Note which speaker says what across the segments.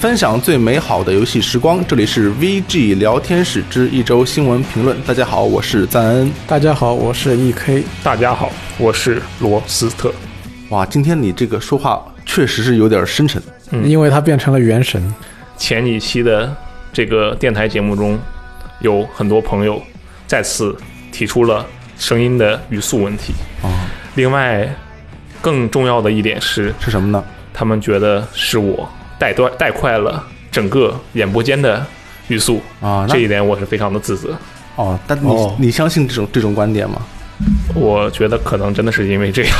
Speaker 1: 分享最美好的游戏时光，这里是 VG 聊天室之一周新闻评论。大家好，我是赞恩。
Speaker 2: 大家好，我是 E K。
Speaker 3: 大家好，我是罗斯特。
Speaker 1: 哇，今天你这个说话确实是有点深沉。
Speaker 3: 嗯
Speaker 2: 因为他变成了元神，
Speaker 3: 前几期的这个电台节目中，有很多朋友再次提出了声音的语速问题。
Speaker 1: 哦
Speaker 3: 另外，更重要的一点是，
Speaker 1: 是什么呢？
Speaker 3: 他们觉得是我带断带快了整个演播间的语速，
Speaker 1: 啊，那
Speaker 3: 这一点我是非常的自责。
Speaker 1: 哦，但你、
Speaker 2: 哦
Speaker 1: 你相信这种这种观点吗？
Speaker 3: 我觉得可能真的是因为这样，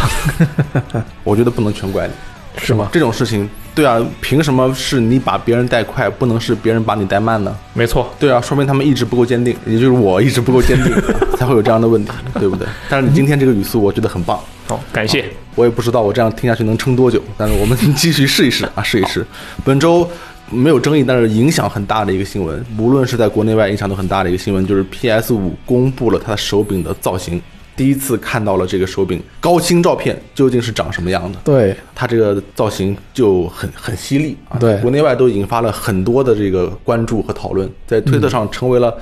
Speaker 1: 我觉得不能全怪你，
Speaker 3: 是吗？
Speaker 1: 这种事情，对啊，凭什么是你把别人带快，不能是别人把你带慢呢？
Speaker 3: 没错，
Speaker 1: 对啊，说明他们意志不够坚定，也就是我意志不够坚 定，才会有这样的问题，对不对？但是你今天这个语速，我觉得很棒。
Speaker 3: 好，感谢。
Speaker 1: 我也不知道我这样听下去能撑多久，但是我们 继续试一试啊，试一试。本周没有争议，但是影响很大的一个新闻，无论是在国内外影响都很大的一个新闻，就是 PS 五公布了它的手柄的造型，第一次看到了这个手柄高清照片究竟是长什么样的。
Speaker 2: 对，
Speaker 1: 它这个造型就很很犀利啊，
Speaker 2: 对
Speaker 1: 国内外都引发了很多的这个关注和讨论，在推特上成为了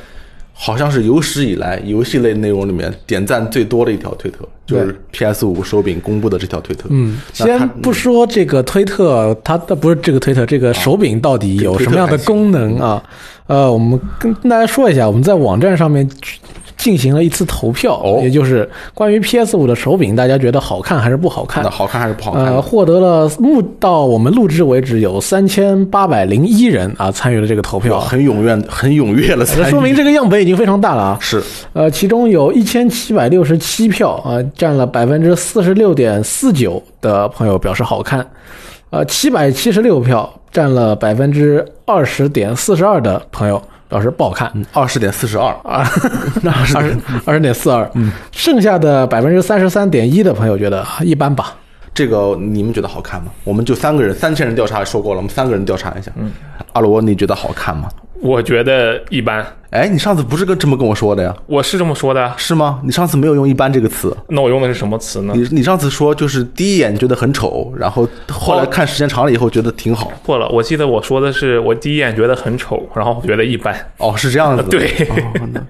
Speaker 1: 好像是有史以来游戏类内容里面点赞最多的一条推特，就
Speaker 2: 对
Speaker 1: 是 PS 五手柄公布的这条推特。嗯，
Speaker 2: 先不说这个推特，它呃不是这个推特，这个手柄到底有什么样的功能啊？呃，我们跟大家说一下，我们在网站上面进行了一次投票，
Speaker 1: 哦
Speaker 2: 也就是关于 PS 五的手柄，大家觉得好看还是不好看
Speaker 1: 那？好看还是不好看
Speaker 2: 呃，
Speaker 1: 呢？
Speaker 2: 获得了目到我们录制为止有三千八百零一人啊参与了这个投票
Speaker 1: 哇，，很踊跃，很踊跃了，
Speaker 2: 这
Speaker 1: 才
Speaker 2: 说明这个样本已经非常大了啊。
Speaker 1: 是
Speaker 2: 呃，其中有一千七百六十七票啊、呃占了百分之四十六点四九的朋友表示好看，呃，七百七十六票占了百分之二十点四十二的朋友表示不好看。
Speaker 1: 二十点四十二，
Speaker 2: 啊， 那二十二十点四二，剩下的百分之三十三点一的朋友觉得啊一般吧。
Speaker 1: 这个你们觉得好看吗？我们就三个人，三千人调查说过了，我们三个人调查一下。嗯，阿罗，你觉得好看吗？
Speaker 3: 我觉得一般，
Speaker 1: 哎，你上次不是跟这么跟我说的呀？
Speaker 3: 我是这么说的啊。
Speaker 1: 是吗？你上次没有用“一般”这个词。
Speaker 3: 那我用的是什么词呢？
Speaker 1: 你你上次说就是第一眼觉得很丑，然后后来看时间长了以后觉得挺好。
Speaker 3: 错了，我记得我说的是我第一眼觉得很丑，然后觉得一般。
Speaker 1: 哦，是这样子的。
Speaker 3: 对
Speaker 1: 哦那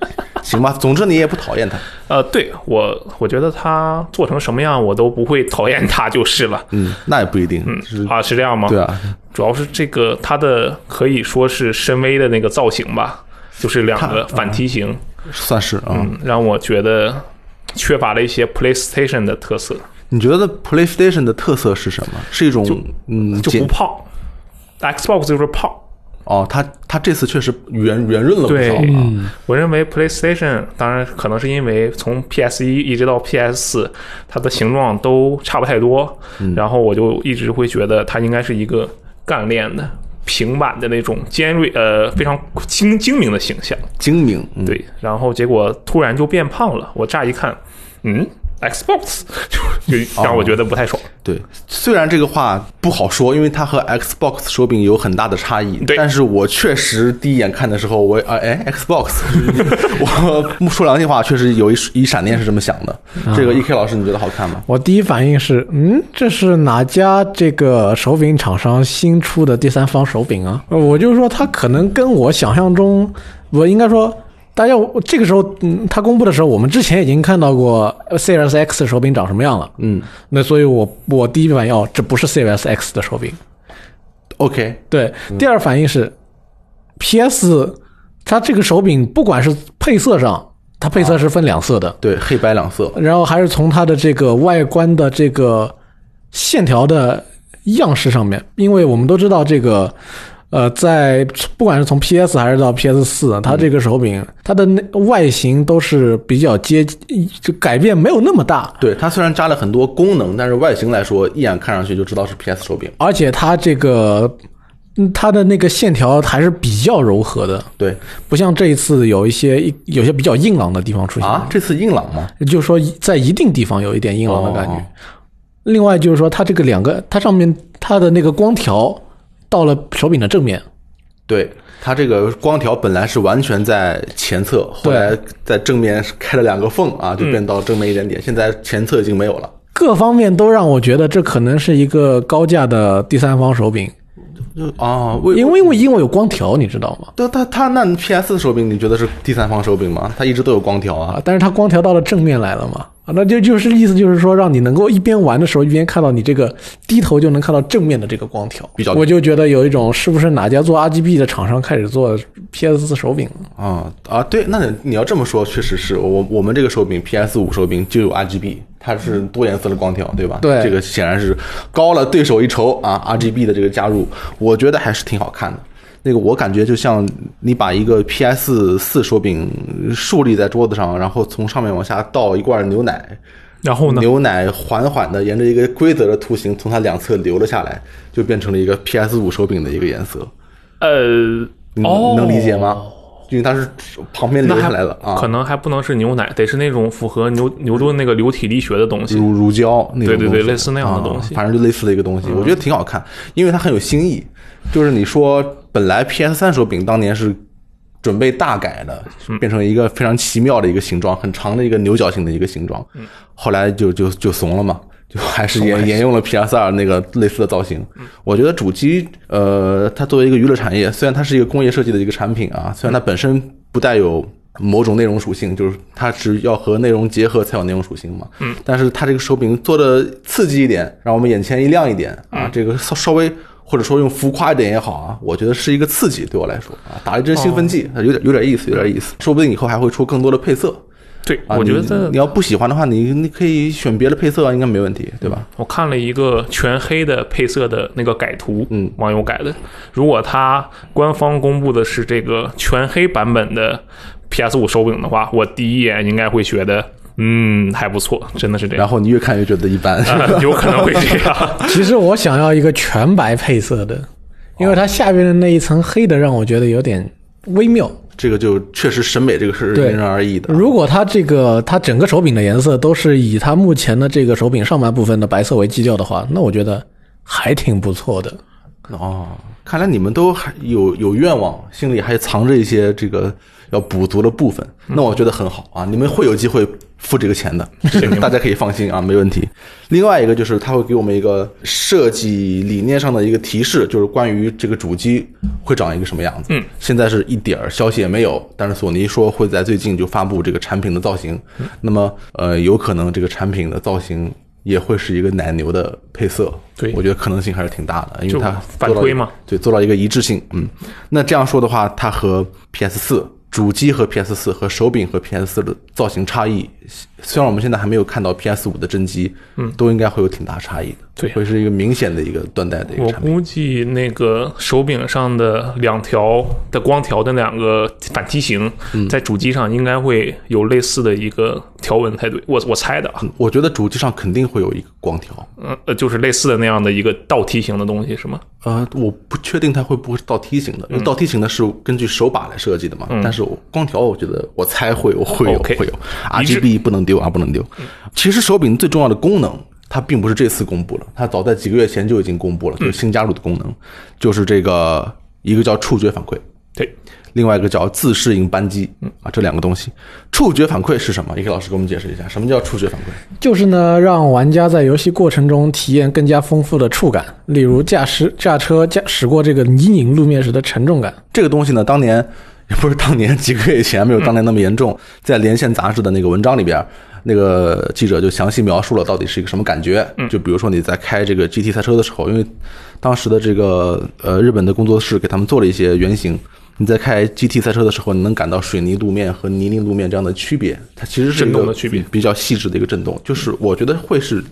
Speaker 1: 行吧。总之你也不讨厌他。
Speaker 3: 呃，对我，我觉得他做成什么样我都不会讨厌他就是了。
Speaker 1: 嗯，那也不一定。
Speaker 3: 嗯啊，是这样吗？
Speaker 1: 对，啊，
Speaker 3: 主要是这个他的可以说是深 V 的那个造型吧，就是两个反梯形，
Speaker 1: 算是啊。
Speaker 3: 嗯，让我觉得缺乏了一些 PlayStation 的特色，
Speaker 1: 你觉得 PlayStation 的特色是什么？是一种嗯，
Speaker 3: 就
Speaker 1: 简
Speaker 3: 不泡，Xbox 就是泡。
Speaker 1: 哦，它它这次确实圆圆润了不
Speaker 3: 对
Speaker 1: 少啊。
Speaker 3: 我认为 PlayStation 当然可能是因为从 PS 一一直到 PS 四，它的形状都差不太多，
Speaker 1: 嗯
Speaker 3: 然后我就一直会觉得它应该是一个干练的、平板的那种尖锐呃非常精精明的形象。
Speaker 1: 精明，嗯，
Speaker 3: 对，然后结果突然就变胖了，我乍一看，嗯。Xbox 就就
Speaker 1: 哦
Speaker 3: 让我觉得不太爽，
Speaker 1: 对，虽然这个话不好说，因为它和 Xbox 手柄有很大的差异。
Speaker 3: 对
Speaker 1: 但是我确实第一眼看的时候，我啊，哎，Xbox，我说良心话，确实有一一闪念是这么想的。这个 E K 老师，你觉得好看吗？
Speaker 2: 我第一反应是，嗯，这是哪家这个手柄厂商新出的第三方手柄啊？呃我就说它可能跟我想象中，我应该说，大家我这个时候，嗯，它公布的时候，我们之前已经看到过 CRS X 手柄长什么样了，
Speaker 1: 嗯
Speaker 2: 那所以我我第一反应哦，这不是 CRS X 的手柄，
Speaker 1: ，OK，
Speaker 2: 对，第二反应是 PS，它这个手柄不管是配色上，它配色是分两色的，
Speaker 1: 对，黑白两色，
Speaker 2: 然后还是从它的这个外观的这个线条的样式上面，因为我们都知道这个，呃，在不管是从 PS 还是到 PS 四，它这个手柄它的那外形都是比较接近，就改变没有那么大，
Speaker 1: 对，它虽然加了很多功能，但是外形来说，一眼看上去就知道是 PS 手柄。
Speaker 2: 而且它这个。嗯它的那个线条还是比较柔和的，
Speaker 1: 对
Speaker 2: 不像这一次有一些有些比较硬朗的地方出现
Speaker 1: 啊，这次硬朗吗？
Speaker 2: 就是说在一定地方有一点硬朗的感觉。
Speaker 1: 哦
Speaker 2: 另外就是说，它这个两个，它上面它的那个光条到了手柄的正面，
Speaker 1: 对，它这个光条本来是完全在前侧，后来在正面开了两个缝啊，就变到正面一点点。现在前侧已经没有了。
Speaker 2: 各方面都让我觉得这可能是一个高价的第三方手柄。
Speaker 1: 就啊，为
Speaker 2: 因为因为因为有光条，你知道吗？
Speaker 1: 对它它那 PS 的手柄，你觉得是第三方手柄吗？它一直都有光条啊
Speaker 2: 啊，，但是它光条到了正面来了嘛，啊，那就就是意思就是说，让你能够一边玩的时候一边看到你这个低头就能看到正面的这个光条
Speaker 1: 比较，
Speaker 2: 我就觉得有一种是不是哪家做 RGB 的厂商开始做 PS 手柄了？
Speaker 1: 啊啊，对，那你你要这么说，确实是我我们这个手柄 PS 五手柄就有 RGB，它是多颜色的光条，对吧？
Speaker 2: 对
Speaker 1: 这个显然是高了对手一筹啊，RGB 的这个加入，我觉得还是挺好看的。那个我感觉就像你把一个 PS 四手柄竖立在桌子上，然后从上面往下倒一罐牛奶，
Speaker 3: 然后呢？
Speaker 1: 牛奶缓缓的沿着一个规则的图形从它两侧流了下来，就变成了一个 PS 五手柄的一个颜色。
Speaker 3: 呃，
Speaker 1: 你能,、
Speaker 3: 哦，
Speaker 1: 能理解？吗？因为它是旁边流
Speaker 3: 那
Speaker 1: 下
Speaker 3: 还
Speaker 1: 来了啊，
Speaker 3: 可能还不能是牛奶，得是那种符合牛牛顿那个流体力学的东西。
Speaker 1: 乳乳胶那种
Speaker 3: 对对对
Speaker 1: 东西
Speaker 3: 类似那样的东西嗯
Speaker 1: 啊反正就类似的一个东西，我觉得挺好看，因为它很有新意。就是你说本来 PS 三手柄当年是准备大改的，
Speaker 3: 嗯
Speaker 1: 变成一个非常奇妙的一个形状，很长的一个牛角形的一个形状，
Speaker 3: 嗯
Speaker 1: 后来就就就怂了嘛。就还是沿沿用了 PS 二那个类似的造型，
Speaker 3: 嗯
Speaker 1: 我觉得主机，呃，它作为一个娱乐产业，虽然它是一个工业设计的一个产品啊，虽然它本身不带有某种内容属性，就是它只要和内容结合才有内容属性嘛。嗯，但是它这个手柄做的刺激一点，让我们眼前一亮一点
Speaker 3: 嗯
Speaker 1: 啊，这个稍稍微或者说用浮夸一点也好啊，我觉得是一个刺激，对我来说啊，打一针兴奋
Speaker 3: 哦
Speaker 1: 剂，有点有点意思，有点意思，说不定以后还会出更多的配色。
Speaker 3: 对，
Speaker 1: 啊、
Speaker 3: 我觉
Speaker 1: 你
Speaker 3: 得
Speaker 1: 你要不喜欢的话，你你可以选别的配色啊，应该没问题，对吧？
Speaker 3: 我看了一个全黑的配色的那个改图，
Speaker 1: 嗯，
Speaker 3: 网友改的。如果它官方公布的是这个全黑版本的 PS 五手柄的话，我第一眼应该会觉得，嗯，还不错，真的是这样
Speaker 1: 然。后你越看越觉得一般，
Speaker 3: 啊 有可能会这样，
Speaker 2: 其实我想要一个全白配色的，因为它下边的那一层黑的让我觉得有点微妙。
Speaker 1: 这个就确实审美这个是
Speaker 2: 对
Speaker 1: 因人而异的。
Speaker 2: 如果它这个它整个手柄的颜色都是以它目前的这个手柄上半部分的白色为基调的话，那我觉得还挺不错的。
Speaker 1: 哦，看来你们都还有有愿望，心里还藏着一些这个要补足的部分，那我觉得很好啊，你们会有机会付这个钱的，大家可以放心啊，没问题。另外一个就是他会给我们一个设计理念上的一个提示，就是关于这个主机会长一个什么样子。
Speaker 3: 嗯，
Speaker 1: 现在是一点儿消息也没有，但是索尼说会在最近就发布这个产品的造型，那么呃，有可能这个产品的造型。也会是一个奶牛的配色，
Speaker 3: 对
Speaker 1: 我觉得可能性还是挺大的，因为
Speaker 3: 就
Speaker 1: 它
Speaker 3: 反
Speaker 1: 做到
Speaker 3: 推
Speaker 1: 一
Speaker 3: 嘛
Speaker 1: 对，做到一个一致性。嗯，那这样说的话，它和 PS 四主机和 PS 四和手柄和 PS 四的造型差异，虽然我们现在还没有看到 PS 五的真机，嗯，都应该会有挺大差异的，
Speaker 3: 对
Speaker 1: 会是一个明显的一个断代的一个
Speaker 3: 我
Speaker 1: 产品。
Speaker 3: 估计那个手柄上的两条的光条的两个反梯形，在主机上应该会有类似的一个条纹才对，我我猜的啊，
Speaker 1: 我觉得主机上肯定会有一个光条，
Speaker 3: 嗯，呃就是类似的那样的一个倒梯形的东西是吗？
Speaker 1: 呃，我不确定它会不会是倒梯形的，因为倒梯形的是根据手把来设计的嘛。但是我光条，我觉得我猜会有，会有，
Speaker 3: OK
Speaker 1: 会有。
Speaker 3: 一致
Speaker 1: RGB 不能丢啊，不能丢。其实手柄最重要的功能，它并不是这次公布了，它早在几个月前就已经公布了，就是新加入的功能，就是这个一个叫触觉反馈，
Speaker 3: 对，
Speaker 1: 另外一个叫自适应扳机啊，这两个东西。触觉反馈是什么？一个老师给我们解释一下，什么叫触觉反馈？
Speaker 2: 就是呢，让玩家在游戏过程中体验更加丰富的触感，例如驾驶驾车驾驶过这个泥泞路面时的沉重感。
Speaker 1: 这个东西呢，当年也不是当年，几个月前没有当年那么严重。
Speaker 3: 嗯
Speaker 1: 在《连线》杂志的那个文章里边，那个记者就详细描述了到底是一个什么感觉。
Speaker 3: 嗯
Speaker 1: 就比如说你在开这个 GT 赛车的时候，因为当时的这个呃日本的工作室给他们做了一些原型。你在开 GT 赛车的时候，你能感到水泥路面和泥泞路面这样的区别，它其实是一个
Speaker 3: 震动的区别
Speaker 1: 比较细致的一个震动，就是我觉得会是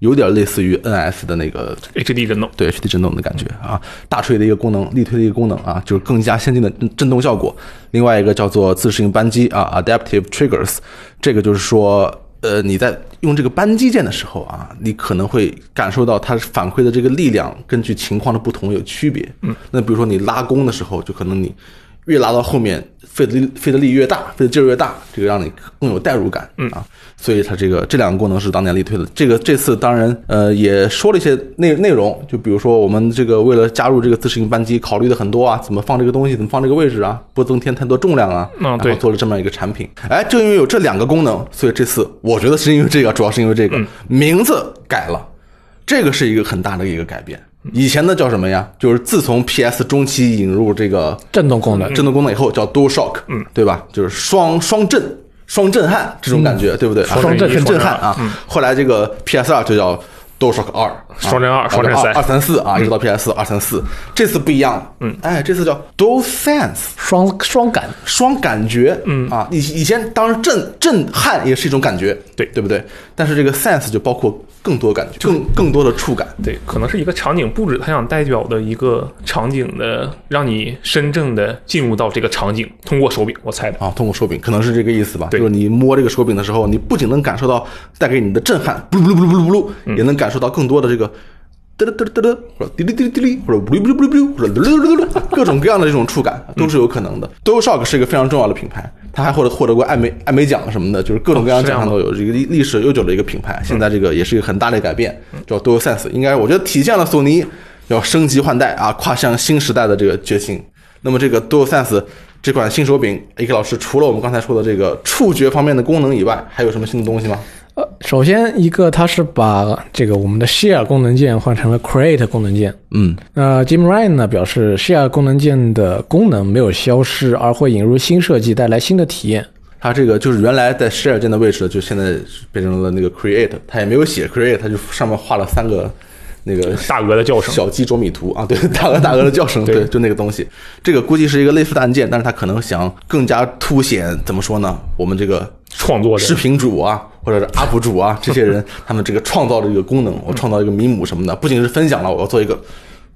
Speaker 1: 有点类似于 NS 的那个
Speaker 3: HD 震动，
Speaker 1: 对 HD 震动的感觉啊，大锤的一个功能，力推的一个功能啊，就是更加先进的震震动效果。另外一个叫做自适应扳机啊，Adaptive Triggers，这个就是说，呃，你在用这个扳机键的时候啊，你可能会感受到它反馈的这个力量根据情况的不同有区别。嗯，那比如说你拉弓的时候，就可能你。越拉到后面，费的力费的力越大，费的劲儿越大，这个让你更有代入感啊。所以它这个这两个功能是当年力推的。这个这次当然呃也说了一些内内容，就比如说我们这个为了加入这个自适应扳机，考虑的很多啊，怎么放这个东西，怎么放这个位置啊，不增添太多重量啊，
Speaker 3: 嗯
Speaker 1: 然后
Speaker 3: 对
Speaker 1: 做了这么一个产品。哎，正因为有这两个功能，所以这次我觉得是因为这个，主要是因为这个、名字改了，这个是一个很大的一个改变。以前的叫什么呀？就是自从 PS 中期引入这个
Speaker 2: 震动
Speaker 3: 嗯
Speaker 2: 功能。
Speaker 1: 震动功能以后，叫 DualShock，嗯，对吧？就是双双震、双震撼这种感觉，对不对？啊
Speaker 3: 嗯双震一
Speaker 1: 很震撼
Speaker 3: 双震嗯
Speaker 1: 啊！后来这个 PS 二就叫 DualShock 二、
Speaker 3: 双震二
Speaker 1: 啊
Speaker 3: 双震三嗯
Speaker 1: 二三四啊，一直到 PS 二三四，这次不一样了，嗯，哎，这次叫 DualSense。
Speaker 2: 双双感，
Speaker 1: 双感觉，嗯啊，以以前当然震震撼也是一种感觉，
Speaker 3: 对
Speaker 1: 对不对？但是这个 sense 就包括更多感觉，更更多的触感，
Speaker 3: 对，可能是一个场景布置，它想代表的一个场景的，让你真正的进入到这个场景，通过手柄，我猜的。
Speaker 1: 啊，通过手柄可能是这个意思吧，
Speaker 3: 对
Speaker 1: 就是你摸这个手柄的时候，你不仅能感受到带给你的震撼，不噜不噜不噜不噜不噜，也能感受到更多的这个。嘚嘚嘚嘚嘚，或者滴哩滴哩滴哩，或者不噜不噜不噜不噜，或者嘚嘚嘚嘚嘚，各种各样的这种触感都是有可能的。DualShock 是一个非常重要的品牌，它还获得获得过艾美艾美奖什么的，哦就是各种各样的嗯奖项都有，这个历历史悠久的一个品牌。现在这个也是一个很大的改变，叫 DualSense，应该我觉得体现了索尼要升级换代啊，跨向新时代的这个决心。那么这个 DualSense 这款新手柄，AK 老师除了我们刚才说的这个触觉方面的功能以外，还有什么新的东西吗？
Speaker 2: 呃，首先一个它是把这个我们的 share 功能键换成了 create 功能键。
Speaker 1: 嗯，
Speaker 2: 那呃 Jim Ryan 呢表示，share 功能键的功能没有消失，而会引入新设计，带来新的体验。
Speaker 1: 它这个就是原来在 share 键的位置，就现在变成了那个 create，它也没有写 create，它就上面画了三个那个
Speaker 3: 大鹅的叫声，
Speaker 1: 小鸡啄米图啊，对，大鹅大鹅的叫声，对，就那个东西。这个估计是一个类似的按键，但是它可能想更加凸显，怎么说呢？我们这个
Speaker 3: 创作者
Speaker 1: 视频主啊，或者是 UP 主啊，这些人他们这个创造的这个功能，我创造一个迷母什么的，不仅是分享了，我要做一个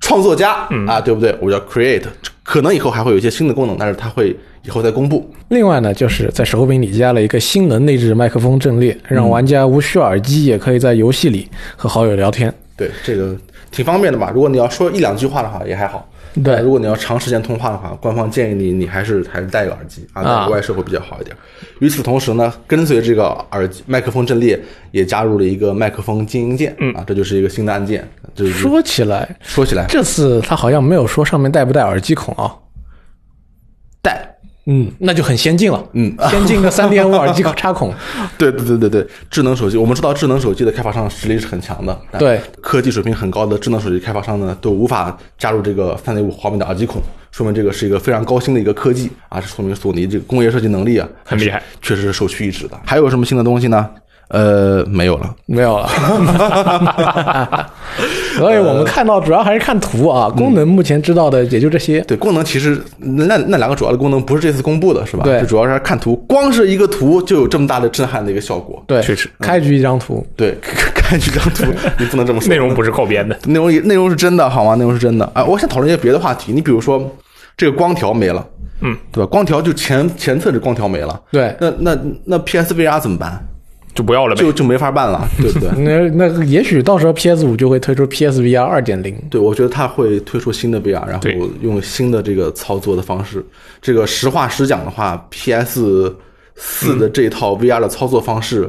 Speaker 1: 创作家啊，对不对？我要 create，可能以后还会有一些新的功能，但是它会以后再公布。
Speaker 2: 另外呢，就是在手柄里加了一个新的内置麦克风阵列，让玩家无需耳机也可以在游戏里和好友聊天。
Speaker 1: 对，这个挺方便的吧？如果你要说一两句话的话，也还好。
Speaker 2: 对
Speaker 1: 但如果你要长时间通话的话，官方建议你，你还是还是戴个耳机啊，
Speaker 2: 啊
Speaker 1: 在国外是会比较好一点。与此同时呢，跟随这个耳机麦克风阵列也加入了一个麦克风静音键、啊，这就是一个新的按键。就是
Speaker 2: 说起来，
Speaker 1: 说起来
Speaker 2: 这次他好像没有说上面带不带耳机孔啊。
Speaker 1: 带，
Speaker 2: 嗯，那就很先进了。
Speaker 1: 嗯，
Speaker 2: 先进个三点五耳机插孔。
Speaker 1: 对对对对对，智能手机，我们知道智能手机的开发商实力是很强的，但
Speaker 2: 对
Speaker 1: 科技水平很高的智能手机开发商呢，都无法加入这个三点五毫米的耳机孔，说明这个是一个非常高新的一个科技啊，这说明索尼这个工业设计能力啊
Speaker 3: 很厉害，
Speaker 1: 确实是首屈一指的。还有什么新的东西呢？呃，没有了。
Speaker 2: 没有了， 所以我们看到主要还是看图啊，功能目前知道的也就这些。
Speaker 1: 对，功能其实那那两个主要的功能不是这次公布的，是吧？
Speaker 2: 对
Speaker 1: 就主要是看图，光是一个图就有这么大的震撼的一个效果。
Speaker 2: 对，
Speaker 3: 确
Speaker 1: 嗯
Speaker 3: 实
Speaker 2: 开局一张图，
Speaker 1: 对， 看这张图，你不能这么说
Speaker 3: 内。容不是靠编的，
Speaker 1: 内容也内容是真的好吗？内容是真的啊！我想讨论一些别的话题，你比如说这个光条没了，
Speaker 3: 嗯，
Speaker 1: 对吧？光条就前前侧这光条没了，
Speaker 2: 对？
Speaker 1: 那那那 PSVR 怎么办？
Speaker 3: 就不要了呗
Speaker 1: 就。就没法办 了，对不对
Speaker 2: 那那也许到时候 PS 五就会推出 PSVR 二点零。
Speaker 1: 对，我觉得他会推出新的 VR，然后
Speaker 3: 对
Speaker 1: 用新的这个操作的方式。这个实话实讲的话，PS 四的这套 VR 的操作方式。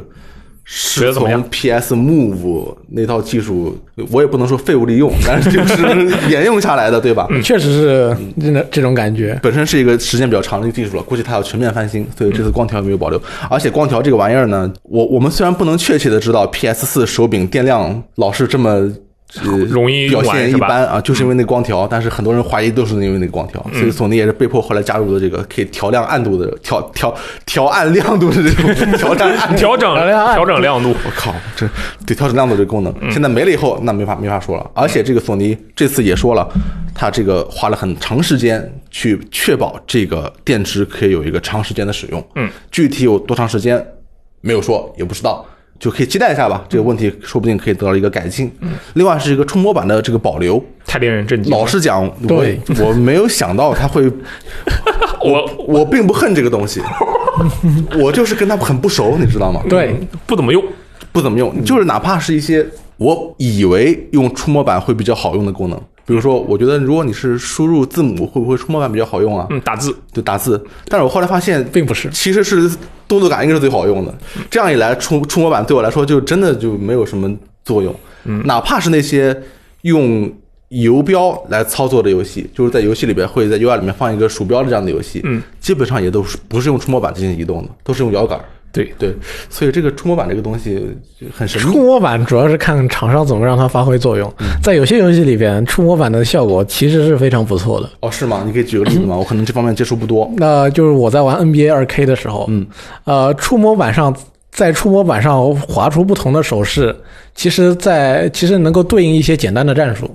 Speaker 3: 觉
Speaker 1: 是
Speaker 3: 嗯得怎么样
Speaker 1: 从 PS Move 那套技术，我也不能说废物利用，但是就是 沿用下来的，对吧？
Speaker 3: 嗯
Speaker 2: 确实是
Speaker 1: 嗯
Speaker 2: 真的这种感觉，
Speaker 1: 本身是一个时间比较长的一个技术了，估计它要全面翻新，所以这次光条也没有保留。而且光条这个玩意儿呢，我我们虽然不能确切的知道 PS 四手柄电量老是这么。呃
Speaker 3: 容易
Speaker 1: 表
Speaker 3: 用完
Speaker 1: 现一
Speaker 3: 是吧嗯
Speaker 1: 般啊，就是因为那光条，但是很多人怀疑都是因为那个光条，所以索尼也是被迫后来加入了这个可以调亮暗度的调调调暗亮度的这 种调暗暗度
Speaker 3: 调整
Speaker 2: 哎呀
Speaker 3: 调整亮度，
Speaker 1: 我靠，这对调整亮度这个功能，现在没了以后，那没法没法说了。而且这个索尼这次也说了，它这个花了很长时间去确保这个电池可以有一个长时间的使用。嗯，具体有多长时间没有说，也不知道。就可以期待一下吧，这个问题说不定可以得到一个改进。
Speaker 2: 嗯
Speaker 1: 另外是一个触摸板的这个保留，
Speaker 3: 太令人震惊。
Speaker 1: 老实讲，我
Speaker 2: 对
Speaker 1: 我没有想到它会
Speaker 3: 我
Speaker 1: 我并不恨这个 东西，我就是跟它很不熟，你知道吗？
Speaker 2: 对，
Speaker 3: 不怎么用，
Speaker 1: 不怎么用，就是哪怕是一些我以为用触摸板会比较好用的功能，比如说，我觉得如果你是输入字母，会不会触摸板比较好用啊？
Speaker 3: 嗯，打字
Speaker 1: 就打字，但是我后来发现
Speaker 2: 并不是
Speaker 1: 其实是动作感应该是最好用的。这样一来，触触摸板对我来说就真的就没有什么作用。
Speaker 3: 嗯
Speaker 1: 哪怕是那些用游标来操作的游戏，就是在游戏里边会
Speaker 3: 嗯
Speaker 1: 在 UI 里面放一个鼠标的这样的游戏，基本上也都是不是用触摸板进行移动的，都是用摇杆。
Speaker 3: 对，
Speaker 1: 对，所以这个触摸板这个东西就很神
Speaker 2: 触
Speaker 1: 秘。嗯
Speaker 2: 摸板主要是看厂商怎么让它发挥作用。在有些游戏里边，触摸板的效果其实是非常不错的。
Speaker 1: 哦，是吗？你可以举个例 子吗？我可能这方面接触不多。
Speaker 2: 那就是我在玩 NBA 二 K 的时候，
Speaker 1: 嗯，
Speaker 2: 呃，触摸板上在触摸板上划出不同的手势，其实在，其实能够对应一些简单的战术。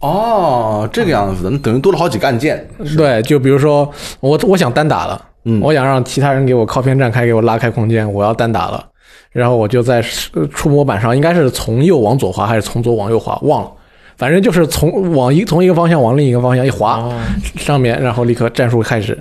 Speaker 1: 哦，这个样子，那等于多了好几个按键。
Speaker 2: 对，就比如说我我想单打了，
Speaker 1: 嗯
Speaker 2: 我想让其他人给我靠边站开，给我拉开空间，我要单打了，然后我就在呃触摸板上，应该是从右往左滑还是从左往右滑，忘了。反正就是从往一从一个方向往另一个方向一滑，
Speaker 3: 哦
Speaker 2: 上面然后立刻战术开始，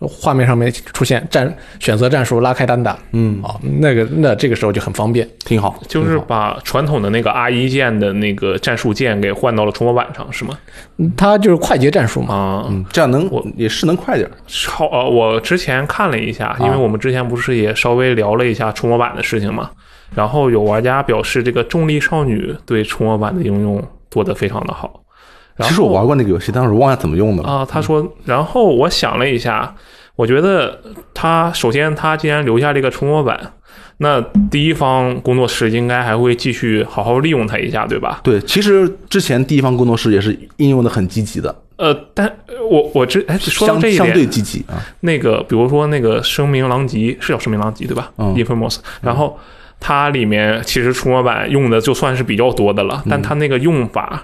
Speaker 2: 画面上面出现战选择战术拉开单打，
Speaker 1: 嗯，
Speaker 2: 哦，那个那这个时候就很方便。
Speaker 1: 挺好。
Speaker 3: 就是把传统的那个 R 一键的那个战术键给换到了触摸板上，是吗？
Speaker 2: 嗯它就是快捷战术嘛，
Speaker 3: 啊、
Speaker 1: 嗯，这样能
Speaker 3: 我
Speaker 1: 也是能快点儿。
Speaker 3: 超呃，我之前看了一
Speaker 1: 啊
Speaker 3: 下，因为我们之前不是也稍微聊了一下触摸板的事情嘛，然后有玩家表示，这个《重力少女》对触摸板的应用做得非常的好。然后
Speaker 1: 其实我玩过那个游戏，但是我忘了怎么用的了。
Speaker 3: 啊，他说，然后我想了一下，我觉得他首先他既然留下这个触摸板，那第一方工作室应该还会继续好好利用它一下，对吧？
Speaker 1: 对，其实之前地方工作室也是应用的很积极的，
Speaker 3: 呃，但呃我我这哎，说到
Speaker 1: 相
Speaker 3: 这一
Speaker 1: 相对
Speaker 3: 点，
Speaker 1: 积极啊。
Speaker 3: 那个比如说那个声名狼藉是叫声名狼藉对吧、
Speaker 1: 嗯
Speaker 3: i n f a m o u s 然后它里面其实触摸板用的就算是比较多的了，
Speaker 1: 嗯
Speaker 3: 但它那个用法。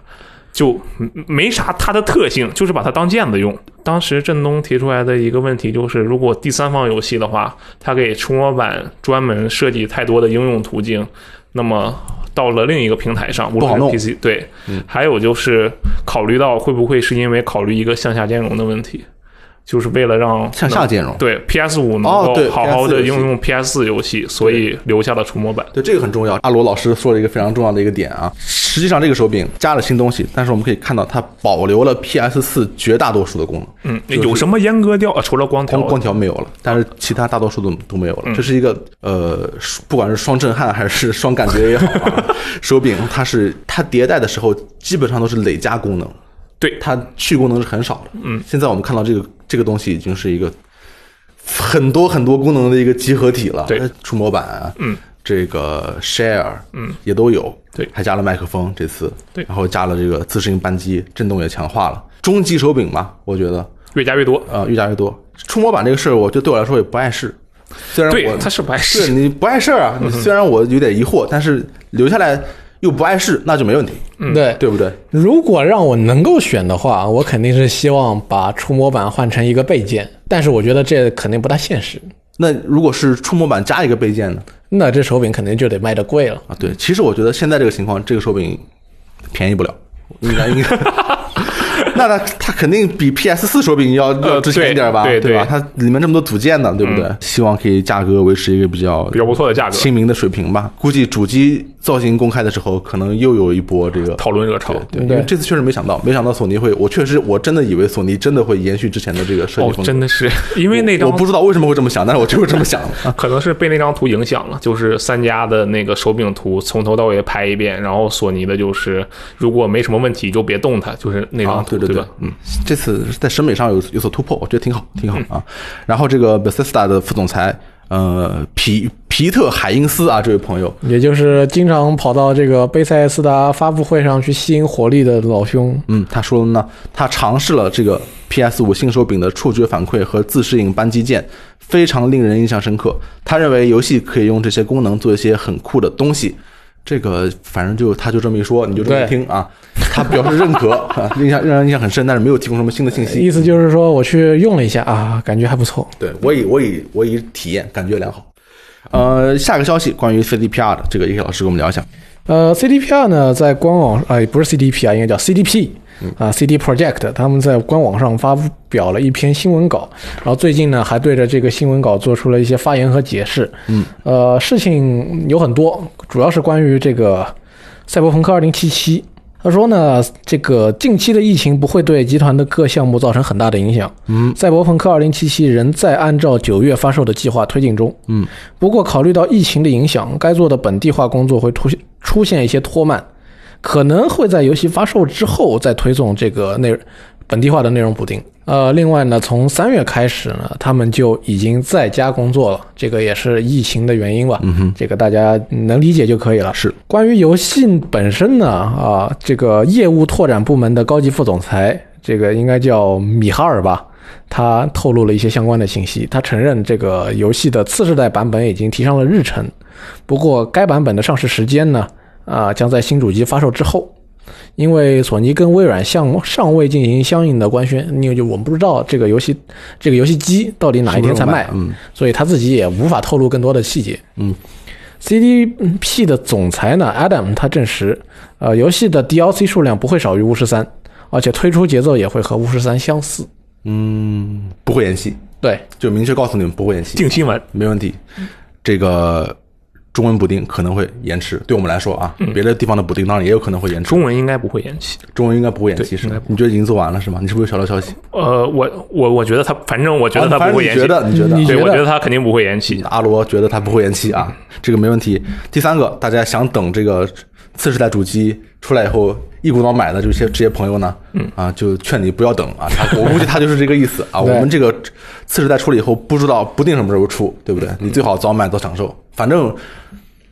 Speaker 3: 就嗯没啥它的特性，就是把它当毽子用。当时振东提出来的一个问题就是，如果第三方游戏的话，它给触摸板专门设计太多的应用途径，那么到了另一个平台上，无
Speaker 1: 不好
Speaker 3: 论
Speaker 1: 弄嗯
Speaker 3: 是 PC 对，还有就是考虑到会不会是因为考虑一个向下兼容的问题，就是为了让
Speaker 1: 向下兼容。
Speaker 3: 对 PS 五能
Speaker 1: 哦
Speaker 3: 够
Speaker 1: 对
Speaker 3: 好
Speaker 1: PS4 游
Speaker 3: 好的
Speaker 1: 戏
Speaker 3: 应用 PS 游戏，所以留下了触摸板。
Speaker 1: 对，这个很重要。阿罗老师说了一个非常重要的一个点啊，实际上这个手柄加了新东西，但是我们可以看到它保留了 PS 四绝大多数的功能，
Speaker 3: 嗯，有什么阉割掉？啊除了光条嗯
Speaker 1: 光，光条没有了，但是其他大多数都都没有了。这是一个呃，不管是双震撼还是双感觉也好啊， 手柄它是它迭代的时候基本上都是累加功能，
Speaker 3: 对
Speaker 1: 它去功能是很少的。嗯，现在我们看到这个这个东西已经是一个很多很多功能的一个集合体了。
Speaker 3: 对，
Speaker 1: 触摸板啊，
Speaker 3: 嗯，
Speaker 1: 这个 Share，
Speaker 3: 嗯，
Speaker 1: 也都有。
Speaker 3: 对
Speaker 1: 还加了麦克风这次，
Speaker 3: 对
Speaker 1: 然后加了这个自适应扳机，震动也强化了。中级手柄嘛，我觉得
Speaker 3: 越加越多。
Speaker 1: 呃越加越多。触摸板这个事儿，我就对我来说也不碍事。虽然
Speaker 3: 对
Speaker 1: 我，
Speaker 3: 它是嗯白
Speaker 1: 是
Speaker 3: 痴。
Speaker 1: 你不碍事儿啊，你虽然我有点疑惑，但是留下来又不碍事，那就没问题，
Speaker 2: 对。
Speaker 1: 对不对？
Speaker 2: 如果让我能够选的话，我肯定是希望把触摸板换成一个备件，但是我觉得这肯定不太现实。
Speaker 1: 那如果是触摸板加一个备件呢？
Speaker 2: 那这手柄肯定就得卖的贵了。
Speaker 1: 啊，对，其实我觉得现在这个情况，这个手柄便宜不了，应该 应该。那它它肯定比 PS 四手柄要要
Speaker 3: 呃
Speaker 1: 值钱一点吧，
Speaker 3: 对对嗯
Speaker 1: 吧？它里面这么多组件呢，对不对？希望可以价格维持一个比较
Speaker 3: 比较不错的价格
Speaker 1: 亲民的水平吧。估计主机造型公开的时候，可能又有一波这个
Speaker 3: 讨论热潮。
Speaker 1: 对，因为这次确实没想到，没想到索尼会，我确实我真的以为索尼真的会延续之前的这个设计
Speaker 3: 哦
Speaker 1: 风格，，
Speaker 3: 真的是， 因为那
Speaker 1: 我
Speaker 3: 张
Speaker 1: 不知道为什么会这么想，但是我就是这么 想的。
Speaker 3: 可能是被那张图影响了，就是三家的那个手柄图从头到尾拍一遍，然后索尼的就是如果没什么问题就别动它，就是那张
Speaker 1: 啊，
Speaker 3: 图，
Speaker 1: 对对
Speaker 3: 吧？，
Speaker 1: 嗯，这次在审美上有有所突破，我觉得挺好，挺好啊。
Speaker 3: 嗯
Speaker 1: 然后这个 Bethesda 的副总裁，呃，皮皮特海因斯啊，这位朋友，
Speaker 2: 也就是经常跑到这个贝塞斯达发布会上去吸引火力的老兄，
Speaker 1: 嗯，他说呢，他尝试了这个 PS 五新手柄的触觉反馈和自适应扳机键，非常令人印象深刻。他认为游戏可以用这些功能做一些很酷的东西。这个反正就他就这么一说，你就这么一
Speaker 2: 对
Speaker 1: 听啊。他表示认可，啊印象让人印象很深，但是没有提供什么新的信息。
Speaker 2: 意思就是说我去用了一下啊，感觉还不错。
Speaker 1: 对我以我以我以体验感觉良好。呃，下个消息关于 CDPR 的这个叶老师跟我们聊一下。
Speaker 2: 呃，CDPR 呢，在官网啊、也不是 CDP 啊，应该叫 CDP 啊、c d Project，他们在官网上发表了一篇新闻稿，然后最近呢，还对着这个新闻稿做出了一些发言和解释。
Speaker 1: 嗯，
Speaker 2: 呃，事情有很多，主要是关于这个《赛博朋克2077》。他说呢，这个近期的疫情不会对集团的各项目造成很大的影响。
Speaker 1: 嗯，
Speaker 2: 赛博朋克2077仍在按照九月发售的计划推进中。
Speaker 1: 嗯，
Speaker 2: 不过考虑到疫情的影响，该做的本地化工作会出现出现一些拖慢，可能会在游戏发售之后再推送这个内本地化的内容补丁。呃，另外呢，从三月开始呢，他们就已经在家工作了，这个也是疫情的原因吧，
Speaker 1: 嗯哼，
Speaker 2: 这个大家能理解就可以了。
Speaker 1: 是
Speaker 2: 关于游戏本身呢，啊，这个业务拓展部门的高级副总裁，这个应该叫米哈尔吧，他透露了一些相关的信息。他承认这个游戏的次世代版本已经提上了日程，不过该版本的上市时间呢，啊，将在新主机发售之后。因为索尼跟微软向尚未进行相应的官宣，因为就我们不知道这个游戏这个游戏机到底哪一天才卖，
Speaker 1: 嗯
Speaker 2: 所以他自己也无法透露更多的细节。
Speaker 1: 嗯
Speaker 2: ，CDP 的总裁呢，Adam 他证实，呃，游戏的 DLC 数量不会少于巫师三，而且推出节奏也会和巫师三相似。
Speaker 1: 嗯，不会演戏，
Speaker 2: 对，
Speaker 1: 就明确告诉你们不会演戏，
Speaker 3: 定期玩，
Speaker 1: 没问题。这个中文补丁可能会延迟，对我们来说啊，别的地方的补丁当然也有可能会延迟。
Speaker 3: 嗯中文应该不会延期。
Speaker 1: 中文应该不会延期
Speaker 3: 对
Speaker 1: 是
Speaker 3: 应该
Speaker 1: 吗
Speaker 3: 不？
Speaker 1: 你觉得已经做完了是吗？你是不是有小道消息？
Speaker 3: 呃，我我我觉得他，反正我觉得
Speaker 1: 啊
Speaker 3: 他
Speaker 1: 反正
Speaker 3: 不会
Speaker 1: 你
Speaker 3: 延期。
Speaker 1: 觉得你觉得
Speaker 2: 你
Speaker 3: 对，
Speaker 2: 觉
Speaker 3: 我
Speaker 2: 得
Speaker 3: 觉得他肯定不会延期。
Speaker 1: 阿罗觉得他不会延期啊，这个没问题。第三个，大家想等这个次世代主机出来以后一股脑买的这些这些朋友呢，啊，就劝你不要等啊。他我估计他就是这个意思啊。我
Speaker 2: 对
Speaker 1: 们这个次世代出了以后，不知道不定什么时候出，对不对？你最好早买早享受。反正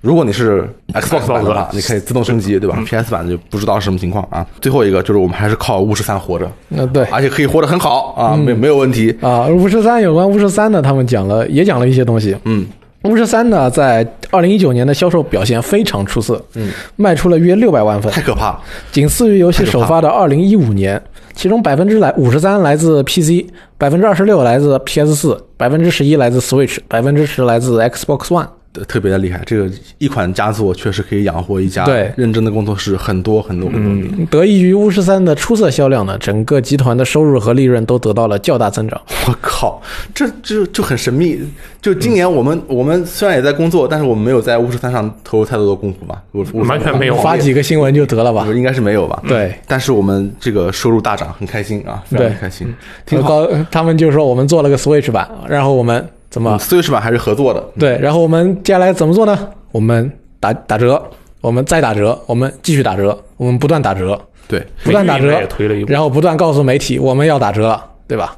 Speaker 1: 如果你是 Xbox 版的话，你可以自动升级，对吧？PS 版就不知道是什么情况啊。最后一个就是我们还是靠巫师三活着，
Speaker 2: 那对
Speaker 1: 而且可以活得很好啊，没没有问题。
Speaker 2: 啊，巫师三有关巫师三呢，他们讲了也讲了一些东西。
Speaker 1: 嗯，
Speaker 2: 巫师三呢，在二零一九年的销售表现非常出色，
Speaker 1: 嗯，
Speaker 2: 卖出了约六百万份
Speaker 1: 太，可怕了。
Speaker 2: 仅次于游戏首发的二零一五年，其中百分之来五十三来自 PC，百分之二十六来自 PS 四，百分之十一来自 Switch，百分之十来自 Xbox One。
Speaker 1: 呃特别的厉害。这个一款佳作确实可以养活一家
Speaker 2: 对
Speaker 1: 认真的工作室很多很多很多年。
Speaker 2: 得益于巫师三的出色销量呢，整个集团的收入和利润都得到了较大增长。
Speaker 1: 我靠，这这就很神秘。就今年我们、我们虽然也在工作，但是我们没有在巫师三上投入太多的功夫吧？我我
Speaker 3: 完全没有
Speaker 2: 发几个新闻就得了吧？
Speaker 1: 应该是没有吧？。
Speaker 2: 对，
Speaker 1: 但是我们这个收入大涨，很开心啊，非常
Speaker 2: 对
Speaker 1: 开心，挺
Speaker 2: 挺
Speaker 1: 好。
Speaker 2: 高。他们就说我们做了个 Switch 版，然后我们怎么、
Speaker 1: Switch 版还是合作
Speaker 3: 嗯
Speaker 1: 的，
Speaker 2: 对？然后我们接下来怎么做呢？我们打打折，我们再打折，我们继续打折，我们不断打折。
Speaker 1: 对，
Speaker 2: 不断打
Speaker 3: 美剧应该
Speaker 2: 折
Speaker 3: 也推了一，步
Speaker 2: 然后不断告诉媒体我们要打折了，对吧？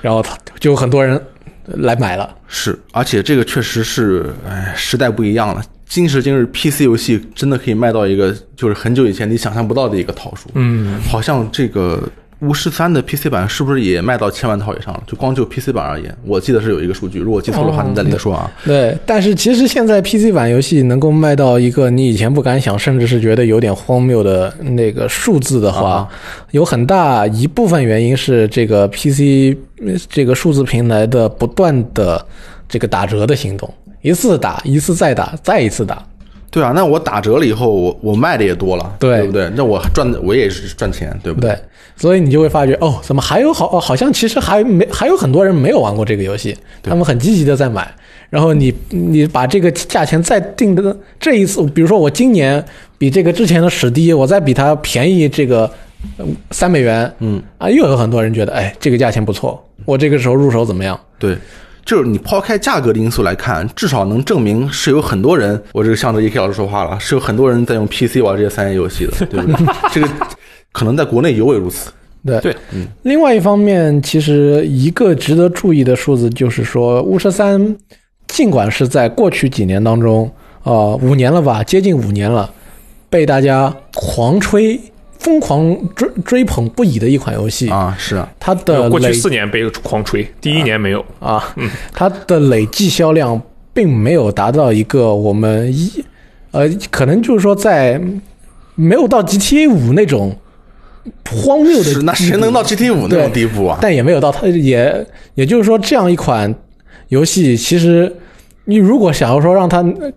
Speaker 2: 然后他就有很多人来买了，
Speaker 1: 是，而且这个确实是，哎，时代不一样了。今时今日，PC 游戏真的可以卖到一个就是很久以前你想象不到的一个套数。嗯，好像这个《巫师三》的 PC 版是不是也卖到千万套以上了？就光就 PC 版而言，我记得是有一个数据，如果记错的话，
Speaker 3: 哦
Speaker 1: 你再里头说啊。
Speaker 2: 对。但是其实现在 PC 版游戏能够卖到一个你以前不敢想，甚至是觉得有点荒谬的那个数字的话，
Speaker 1: 啊
Speaker 2: 有很大一部分原因是这个 PC 呃这个数字平台的不断的这个打折的行动，一次打，一次再打，再一次打。
Speaker 1: 对啊，那我打折了以后，我我卖的也多了，
Speaker 2: 对
Speaker 1: 不对？那我赚的我也是赚钱，对不
Speaker 2: 对，所以你就会发觉哦，怎么还有好哦，好像其实还没还有很多人没有玩过这个游戏，他们很积极的在买。然后你你把这个价钱再定的这一次，比如说我今年比这个之前的史低，我再比它便宜这个三美元，嗯啊，又有很多人觉得哎，这个价钱不错，我这个时候入手怎么样？
Speaker 1: 对，就是你抛开价格的因素来看，至少能证明是有很多人，我这个向着 E.K 老师说话了，啊是有很多人在用 PC 玩这些三 A 游戏的，对不对？这个可能在国内尤为如此。
Speaker 2: 对
Speaker 3: 对，
Speaker 2: 另外一方面，其实一个值得注意的数字就是说，巫师三尽管是在过去几年当中，呃，五年了吧，接近五年了，被大家狂吹、疯狂追追捧不已的一款游戏，
Speaker 1: 啊，是啊，
Speaker 2: 它的
Speaker 3: 呃过去
Speaker 2: 呃累
Speaker 3: 四年被狂吹，第一年没有。
Speaker 2: 啊，
Speaker 1: 嗯
Speaker 2: 它的累计销量并没有达到一个我们一呃，可能就是说在没有到 GTA 五那种荒谬的地步，
Speaker 1: 是那谁能到 GT 五那种地步啊？
Speaker 2: 但也没有到它也也就是说，这样一款游戏，其实你如果想要说让它呃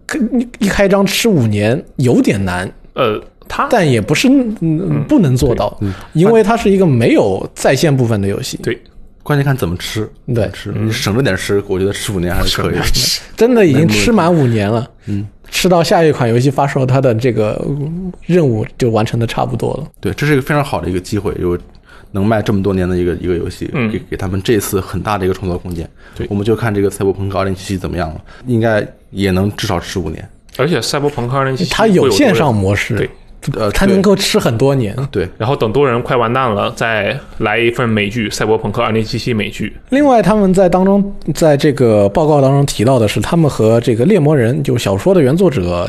Speaker 2: 一开张吃五年，有点难，
Speaker 3: 呃，他
Speaker 2: 但也不是、嗯、不能做到，因为它是一个没有在线部分的游戏。
Speaker 3: 对
Speaker 1: 关键看怎么吃，
Speaker 2: 对
Speaker 1: 怎么吃你省着点吃，我觉得吃五年还是可以的。
Speaker 2: 真的已经吃满五年了，嗯，吃到下一款游戏发售，它的这个呃任务就完成的差不多了。
Speaker 1: 对，这是一个非常好的一个机会，有能卖这么多年的一个一个游戏，
Speaker 3: 嗯
Speaker 1: 给给他们这次很大的一个创造空间。
Speaker 3: 对
Speaker 1: 我们就看这个《赛博朋克2077》怎么样了，应该也能至少吃五年。
Speaker 3: 而且赛博朋克二零七七
Speaker 2: 它
Speaker 3: 有
Speaker 2: 有线
Speaker 3: 多人
Speaker 2: 上模式，
Speaker 3: 对
Speaker 1: 呃，
Speaker 2: 它
Speaker 1: 对
Speaker 2: 能够吃很多年。
Speaker 1: 对，
Speaker 3: 然后等多人快完蛋了，再来一份美剧《赛博朋克2077》美剧。
Speaker 2: 另外，他们在当中，在这个报告当中提到的是，他们和这个《猎魔人》就小说的原作者，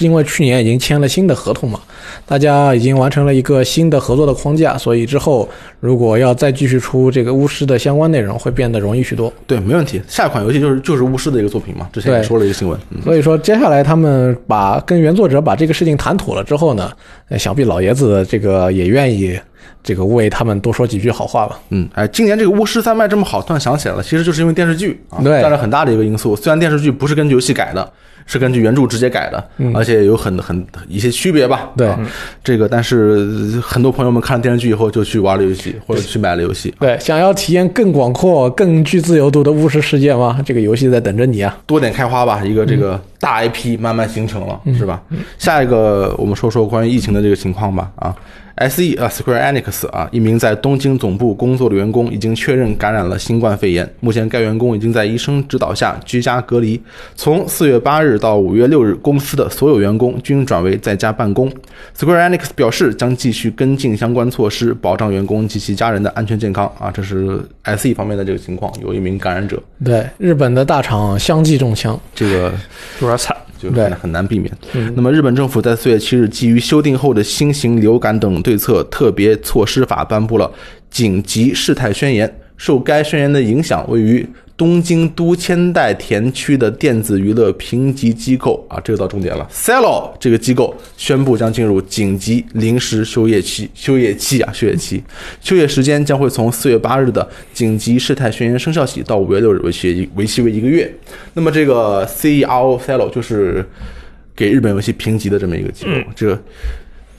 Speaker 2: 因为去年已经签了新的合同嘛，大家已经完成了一个新的合作的框架，所以之后如果要再继续出这个巫师的相关内容，会变得容易许多。
Speaker 1: 对，没问题。下一款游戏就是就是巫师的一个作品嘛，之前也
Speaker 2: 对
Speaker 1: 说了一个新闻，嗯，
Speaker 2: 所以说，接下来他们把跟原作者把这个事情谈妥了之后呢，呃想必老爷子这个也愿意这个为他们多说几句好话吧。
Speaker 1: 嗯，哎，今年这个《巫师三》卖这么好，突然想起来了，其实就是因为电视剧啊，
Speaker 2: 对
Speaker 1: 占了很大的一个因素。虽然电视剧不是根据游戏改的，是根据原著直接改的，而且有很很一些区别吧。
Speaker 2: 嗯对
Speaker 1: 啊这个，但是呃很多朋友们看了电视剧以后就去玩了游戏，或者去买了游戏。啊
Speaker 2: 对，想要体验更广阔、更具自由度的巫师世界吗？这个游戏在等着你啊！
Speaker 1: 多点开花吧，一个这个大 IP 慢慢形成了，是吧？下一个我们说说关于疫情的这个情况吧。啊，SE 啊，Square Enix 啊，一名在东京总部工作的员工已经确认感染了新冠肺炎，目前该员工已经在医生指导下居家隔离。从四月八日到五月六日，公司的所有员工均转为在家办公。Square Enix 表示将继续跟进相关措施，保障员工及其家人的安全健康。啊，这是 SE 方面的这个情况，有一名感染者，
Speaker 2: 对，日本的大厂相继中枪。
Speaker 1: 这个
Speaker 3: 有点惨，
Speaker 1: 就很很难避免。那么，日本政府在四月七日基于修订后的新型流感等对策特别措施法颁布了紧急事态宣言。受该宣言的影响，位于东京都千代田区的电子娱乐评级机构啊，这个到重点了 c e l o 这个机构宣布将进入紧急临时休业期，休业期啊，休业期，休业时间将会从四月八日的紧急事态宣言生效起到五月六日，为期为期为一个月。那么这个 CERO c e l o 就是给日本游戏评级的这么一个机构，这个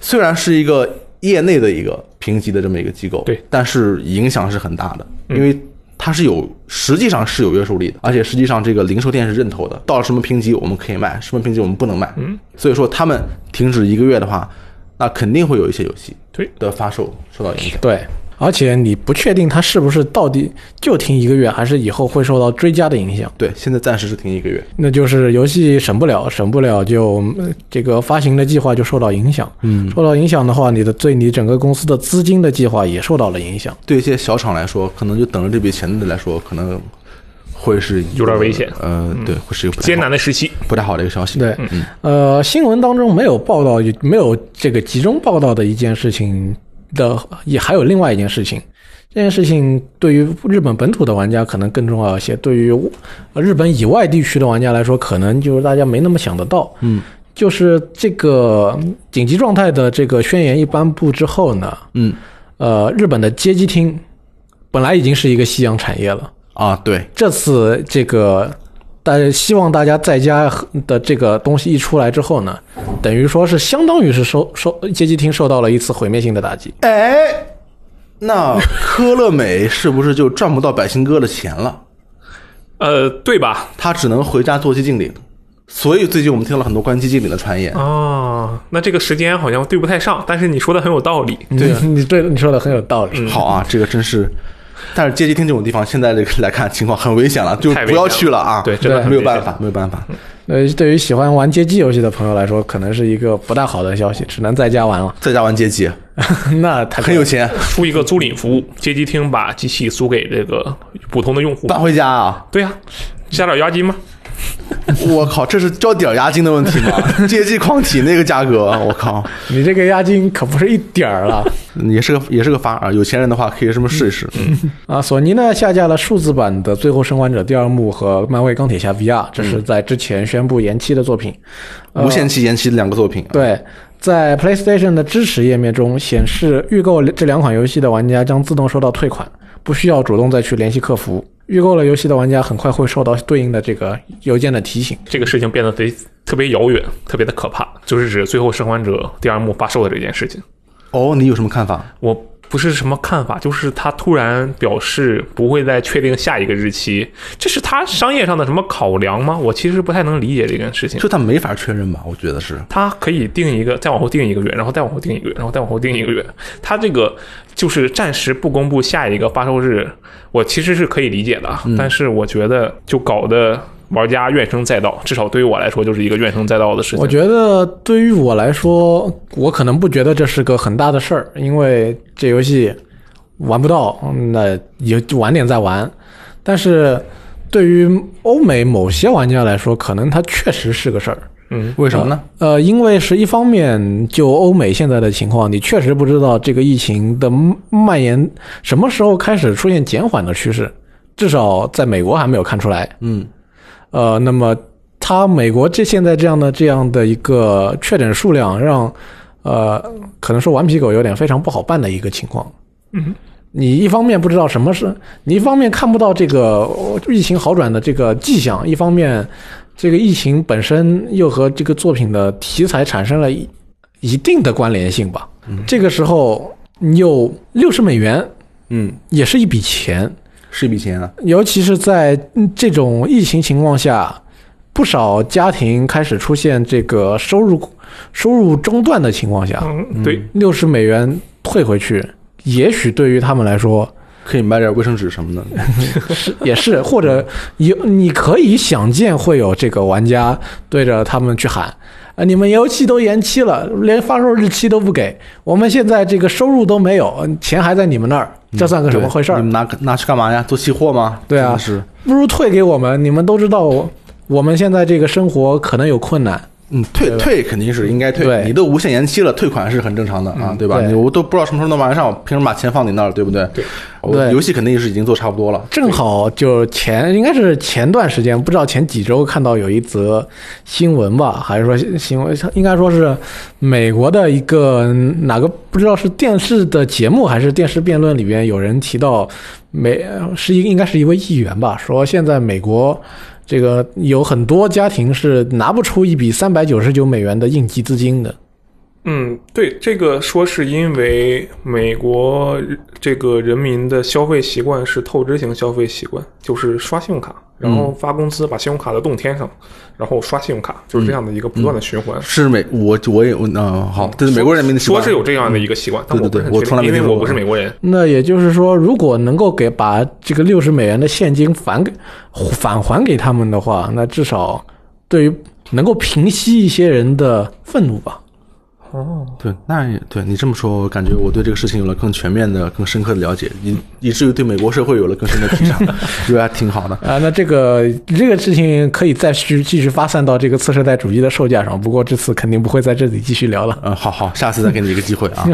Speaker 1: 虽然是一个业内的一个评级的这么一个机构，
Speaker 3: 对，嗯
Speaker 1: 但是影响是很大的，因为它是有实际上是有约束力的，而且实际上这个零售店是认头的，到了什么评级我们可以卖，什么评级我们不能卖，嗯，所以说他们停止一个月的话，那肯定会有一些游戏
Speaker 3: 对
Speaker 1: 的发售受到影响，
Speaker 2: 对，而且你不确定它是不是到底就停一个月，还是以后会受到追加的影响。
Speaker 1: 对，现在暂时是停一个月，
Speaker 2: 那就是游戏审不了，审不了就呃这个发行的计划就受到影响。嗯，受到影响的话，你的对你整个公司的资金的计划也受到了影响。
Speaker 1: 对一些小厂来说，可能就等着这笔钱的来说，可能会是
Speaker 3: 有点危险嗯
Speaker 1: 呃，对，会是一个不太好
Speaker 3: 艰难的时期。
Speaker 1: 不太好的一个消息。嗯
Speaker 2: 对，呃，新闻当中没有报道，也没有这个集中报道的一件事情的，也还有另外一件事情。这件事情对于日本本土的玩家可能更重要一些，对于呃日本以外地区的玩家来说，可能就是大家没那么想得到。嗯，就是这个紧急状态的这个宣言一颁布之后呢，
Speaker 1: 嗯
Speaker 2: 呃，日本的街机厅本来已经是一个夕阳产业了，
Speaker 1: 啊，对，
Speaker 2: 这次这个大家希望大家在家的这个东西一出来之后呢，等于说是相当于是受受街机厅受到了一次毁灭性的打击。
Speaker 1: 哎，那科乐美是不是就赚不到百星哥的钱了？
Speaker 3: 呃，对吧？
Speaker 1: 他只能回家做寂静岭。所以最近我们听了很多关于寂静岭的传言。
Speaker 3: 啊，那这个时间好像对不太上，但是你说的很有道理。
Speaker 2: 对，你对你说的很有道理。
Speaker 3: 嗯
Speaker 1: 好啊，这个真是。但是街机厅这种地方，现在这个来看情况很危险了，就
Speaker 3: 太
Speaker 1: 不
Speaker 3: 危险
Speaker 1: 要
Speaker 3: 了
Speaker 1: 去了啊！
Speaker 3: 对真的很
Speaker 1: 没有
Speaker 3: 危
Speaker 1: 办
Speaker 3: 险
Speaker 1: 法，没有办法。
Speaker 2: 呃，对于喜欢玩街机游戏的朋友来说，可能是一个不大好的消息，只能在家玩了。
Speaker 1: 在家玩街机，啊
Speaker 2: 那
Speaker 3: 嗯
Speaker 2: 太
Speaker 1: 很有钱，
Speaker 3: 出一个租赁服务，街机厅把机器租给这个普通的用户。
Speaker 1: 搬回家 啊！
Speaker 3: 对呀、加点押金吗？
Speaker 1: 我靠，这是交点儿押金的问题 吗？街机狂体那个价格，啊我靠！
Speaker 2: 你这个押金可不是一点儿 了。
Speaker 1: 也是个也是个法啊！有钱人的话可以这么试一试。
Speaker 3: 嗯
Speaker 2: 啊，索尼呢下架了数字版的《最后生还者》第二幕和漫威钢铁侠 VR，这
Speaker 1: 嗯
Speaker 2: 是在之前宣布延期的作品。
Speaker 3: 嗯
Speaker 1: 无限期延期的两个作品，
Speaker 2: 对，在 PlayStation 的支持页面中显示，预购这两款游戏的玩家将自动收到退款，不需要主动再去联系客服。预购了游戏的玩家很快会收到对应的这个邮件的提醒。
Speaker 3: 这个事情变得贼特别遥远，特别的可怕，就是指《最后生还者》第二幕发售的这件事情。
Speaker 1: 哦，你有什么看法？
Speaker 3: 我不是什么看法，就是他突然表示不会再确定下一个日期，这是他商业上的什么考量吗？我其实不太能理解这件事情。
Speaker 1: 就他没法确认吧？我觉得是。
Speaker 3: 他可以定一个，再往后定一个月，然后再往后定一个月，然后再往后定一个月。他这个就是暂时不公
Speaker 2: 嗯
Speaker 3: 布下一个发售日，我其实是可以理解的啊，但是我觉得就搞得玩家怨声载道，至少对于我来说就是一个怨声载道的事情。
Speaker 2: 我觉得对于我来说，我可能不觉得这是个很大的事儿，因为这游戏玩不到，嗯那也就晚点再玩。但是对于欧美某些玩家来说，可能它确实是个事儿。
Speaker 3: 嗯，
Speaker 1: 为什么呢？
Speaker 2: 呃，因为是一方面，就欧美现在的情况，你确实不知道这个疫情的蔓延什么时候开始出现减缓的趋势，至少在美国还没有看出来。
Speaker 1: 嗯，
Speaker 2: 呃，那么它美国这现在这样的这样的一个确诊数量让，呃，可能说顽皮狗有点非常不好办的一个情况。
Speaker 3: 嗯，
Speaker 2: 你一方面不知道什么是，你一方面看不到这个呃疫情好转的这个迹象，一方面这个疫情本身又和这个作品的题材产生了一一定的关联性吧。这个时候你有六十美元
Speaker 1: 嗯，
Speaker 2: 也是一笔钱，
Speaker 1: 是一笔钱啊。
Speaker 2: 尤其是在嗯这种疫情情况下，不少家庭开始出现这个收入收入中断的情况
Speaker 1: 啊
Speaker 2: 下，
Speaker 3: 嗯，对，
Speaker 2: 六十美元退回去，也许对于他们来说
Speaker 1: 可以买点卫生纸什么的，
Speaker 2: 是也是，或者有你可以想见会有这个玩家对着他们去喊。啊！你们游戏都延期了，连发售日期都不给，我们现在这个收入都没有，钱还在你们那儿， 这算个什么回事儿
Speaker 1: 嗯对？你们拿拿去干嘛呀？做期货吗？
Speaker 2: 对啊
Speaker 1: 真的是，
Speaker 2: 不如退给我们。你们都知道我我们现在这个生活可能有困难，
Speaker 1: 嗯，退退肯定是应该退，
Speaker 2: 对嗯
Speaker 1: 你都无限延期了，退款是很正常的啊，对吧？
Speaker 2: 对
Speaker 1: 你我都不知道什么时候能玩上，我凭什么把钱放你那儿，对不对？
Speaker 3: 对
Speaker 1: 我
Speaker 2: 对
Speaker 1: 游戏肯定是已经做差不多了。
Speaker 2: 正好就前应该是前段时间，不知道前几周看到有一则新闻吧，还是说新闻，应该说是美国的一个哪个不知道是电视的节目还是电视辩论里边有人提到美是一应该是一位议员吧，说现在美国。这个有很多家庭是拿不出一笔三百九十九美元的应急资金的，
Speaker 3: 嗯，对，这个说是因为美国这个人民的消费习惯是透支型消费习惯，就是刷信用卡，然
Speaker 1: 嗯
Speaker 3: 后发工资把信用卡的洞填上，然后刷信用卡，就
Speaker 1: 嗯
Speaker 3: 是这样的一个不断的循环。
Speaker 1: 是美，我我也我嗯、好，嗯这是美国人民的习
Speaker 3: 说
Speaker 1: 惯。
Speaker 3: 是有这样的一个习惯，但
Speaker 1: 对
Speaker 3: 我
Speaker 1: 对对
Speaker 3: 不是很
Speaker 1: 我从来没
Speaker 3: 确定因
Speaker 1: 听说
Speaker 3: 为我不
Speaker 1: 过
Speaker 3: 是美国人。
Speaker 2: 那也就是说，如果能够给把这个六十美元的现金返给返还给他们的话，那至少对于能够平息一些人的愤怒吧。
Speaker 3: 哦，
Speaker 1: 对，那也对你这么说，我感觉我对这个事情有了更全面的、更深刻的了解，以以至于对美国社会有了更深的 体察，觉得还挺好的。
Speaker 2: 啊、那这个这个事情可以再续继续发散到这个次世代主义的售价上，不过这次肯定不会在这里继续聊了。
Speaker 1: 嗯，好好，下次再给你一个机会 啊。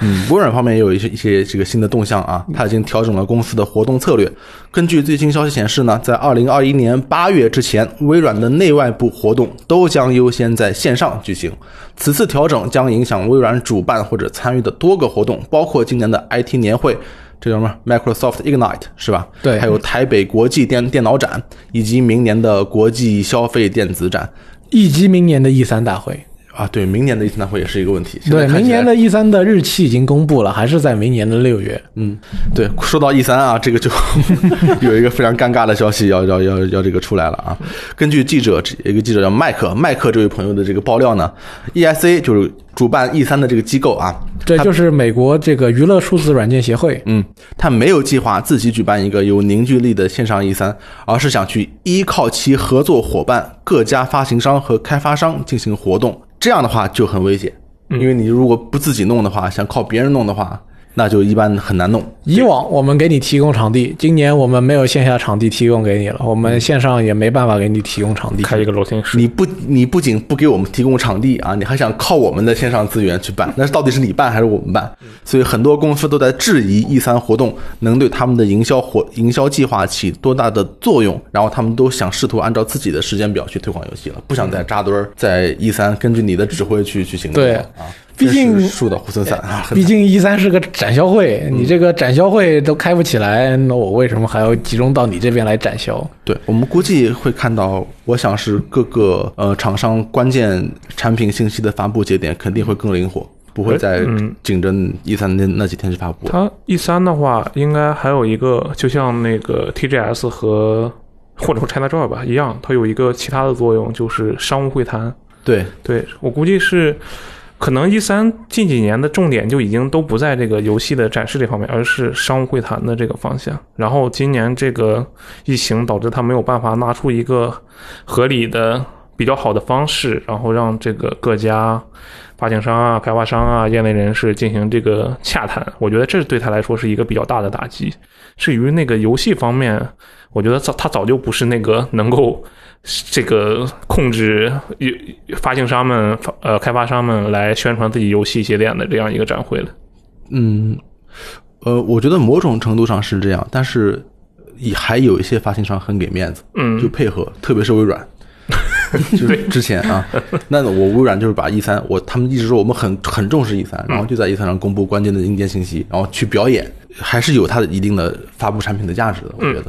Speaker 1: 嗯，微软方面也有一些一些这个新的动向啊，
Speaker 2: 嗯
Speaker 1: 它已经调整了公司的活动策略。根据最新消息显示呢，在二零二一年八月之前，微软的内外部活动都将优先在线上举行。此次调整将影响微软主办或者参与的多个活动，包括今年的 IT 年会。这叫什么？Microsoft Ignite 是吧？
Speaker 2: 对
Speaker 1: 还有台北国际电电脑展，以及明年的国际消费电子展
Speaker 2: 以及明年的 E 三大会，
Speaker 1: 啊。对，明年的一次大会也是一个问题。现在
Speaker 2: 对，
Speaker 1: 看起来
Speaker 2: 明年的 E 三的日期已经公布了，还是在明年的六月。
Speaker 1: 嗯，对，说到 E 三啊，这个就 有一个非常尴尬的消息要要要要这个出来了啊。根据记者一个记者叫麦克麦克这位朋友的这个爆料呢，ESA 就是主办 E 三的这个机构啊，
Speaker 2: 这
Speaker 1: 它
Speaker 2: 就是美国这个娱乐数字软件协会，
Speaker 1: 嗯，他没有计划自己举办一个有凝聚力的线上 E 三，而是想去依靠其合作伙伴、各家发行商和开发商进行活动。这样的话就很危险，因为你如果不自己弄的话，想靠别人弄的话，那就一般很难弄。
Speaker 2: 以往我们给你提供场地，今年我们没有线下场地提供给你了，我们线上也没办法给你提供场地。
Speaker 3: 开一个聊天室，
Speaker 1: 你不，你不仅不给我们提供场地啊，你还想靠我们的线上资源去 办，那到底是你办还是我们办？
Speaker 2: 嗯
Speaker 1: 所以很多公司都在质疑 E 三活动能对他们的营销活营销计划起多大的作用，然后他们都想试图按照自己的时间表去推广游戏了，不想再扎堆儿在 E 三根据你的指挥去去行动了。
Speaker 2: 嗯对
Speaker 1: 啊，
Speaker 2: 毕竟
Speaker 1: 真是树倒猢狲散啊，很
Speaker 2: 毕竟一三是个展销会，你这个展销会都开不起来，那我为什么还要集中到你这边来展销？
Speaker 1: 对我们估计会看到，我想是各个呃厂商关键产品信息的发布节点肯定会更灵活，不会再
Speaker 3: 嗯
Speaker 1: 紧跟一三那那几天去发布。
Speaker 3: 它 E 三的话，应该还有一个，就像那个 TGS 和或者说 ChinaJoy 吧一样，它有一个其他的作用，就是商务会谈。
Speaker 1: 对，
Speaker 3: 对我估计是，可能一三近几年的重点就已经都不在这个游戏的展示这方面，而是商务会谈的这个方向。然后今年这个疫情导致它没有办法拿出一个合理的、比较好的方式，然后让这个各家发行商啊、开发商啊、业内人士进行这个洽谈。我觉得这对他来说是一个比较大的打击。至于那个游戏方面，我觉得早他早就不是那个能够这个控制游呃发行商们、发呃开发商们来宣传自己游戏节点的这样一个展会了。
Speaker 1: 嗯，呃，我觉得某种程度上是这样，但是也还有一些发行商很给面子，
Speaker 3: 嗯
Speaker 1: 就配合，特别是微软。就是之前啊，那我微软就是把 E 三，我他们一直说我们很很重视 E 三，然后就在 E 三上公布关键的硬件信息，然后去表演，还是有它的一定的发布产品的价值的，我觉得，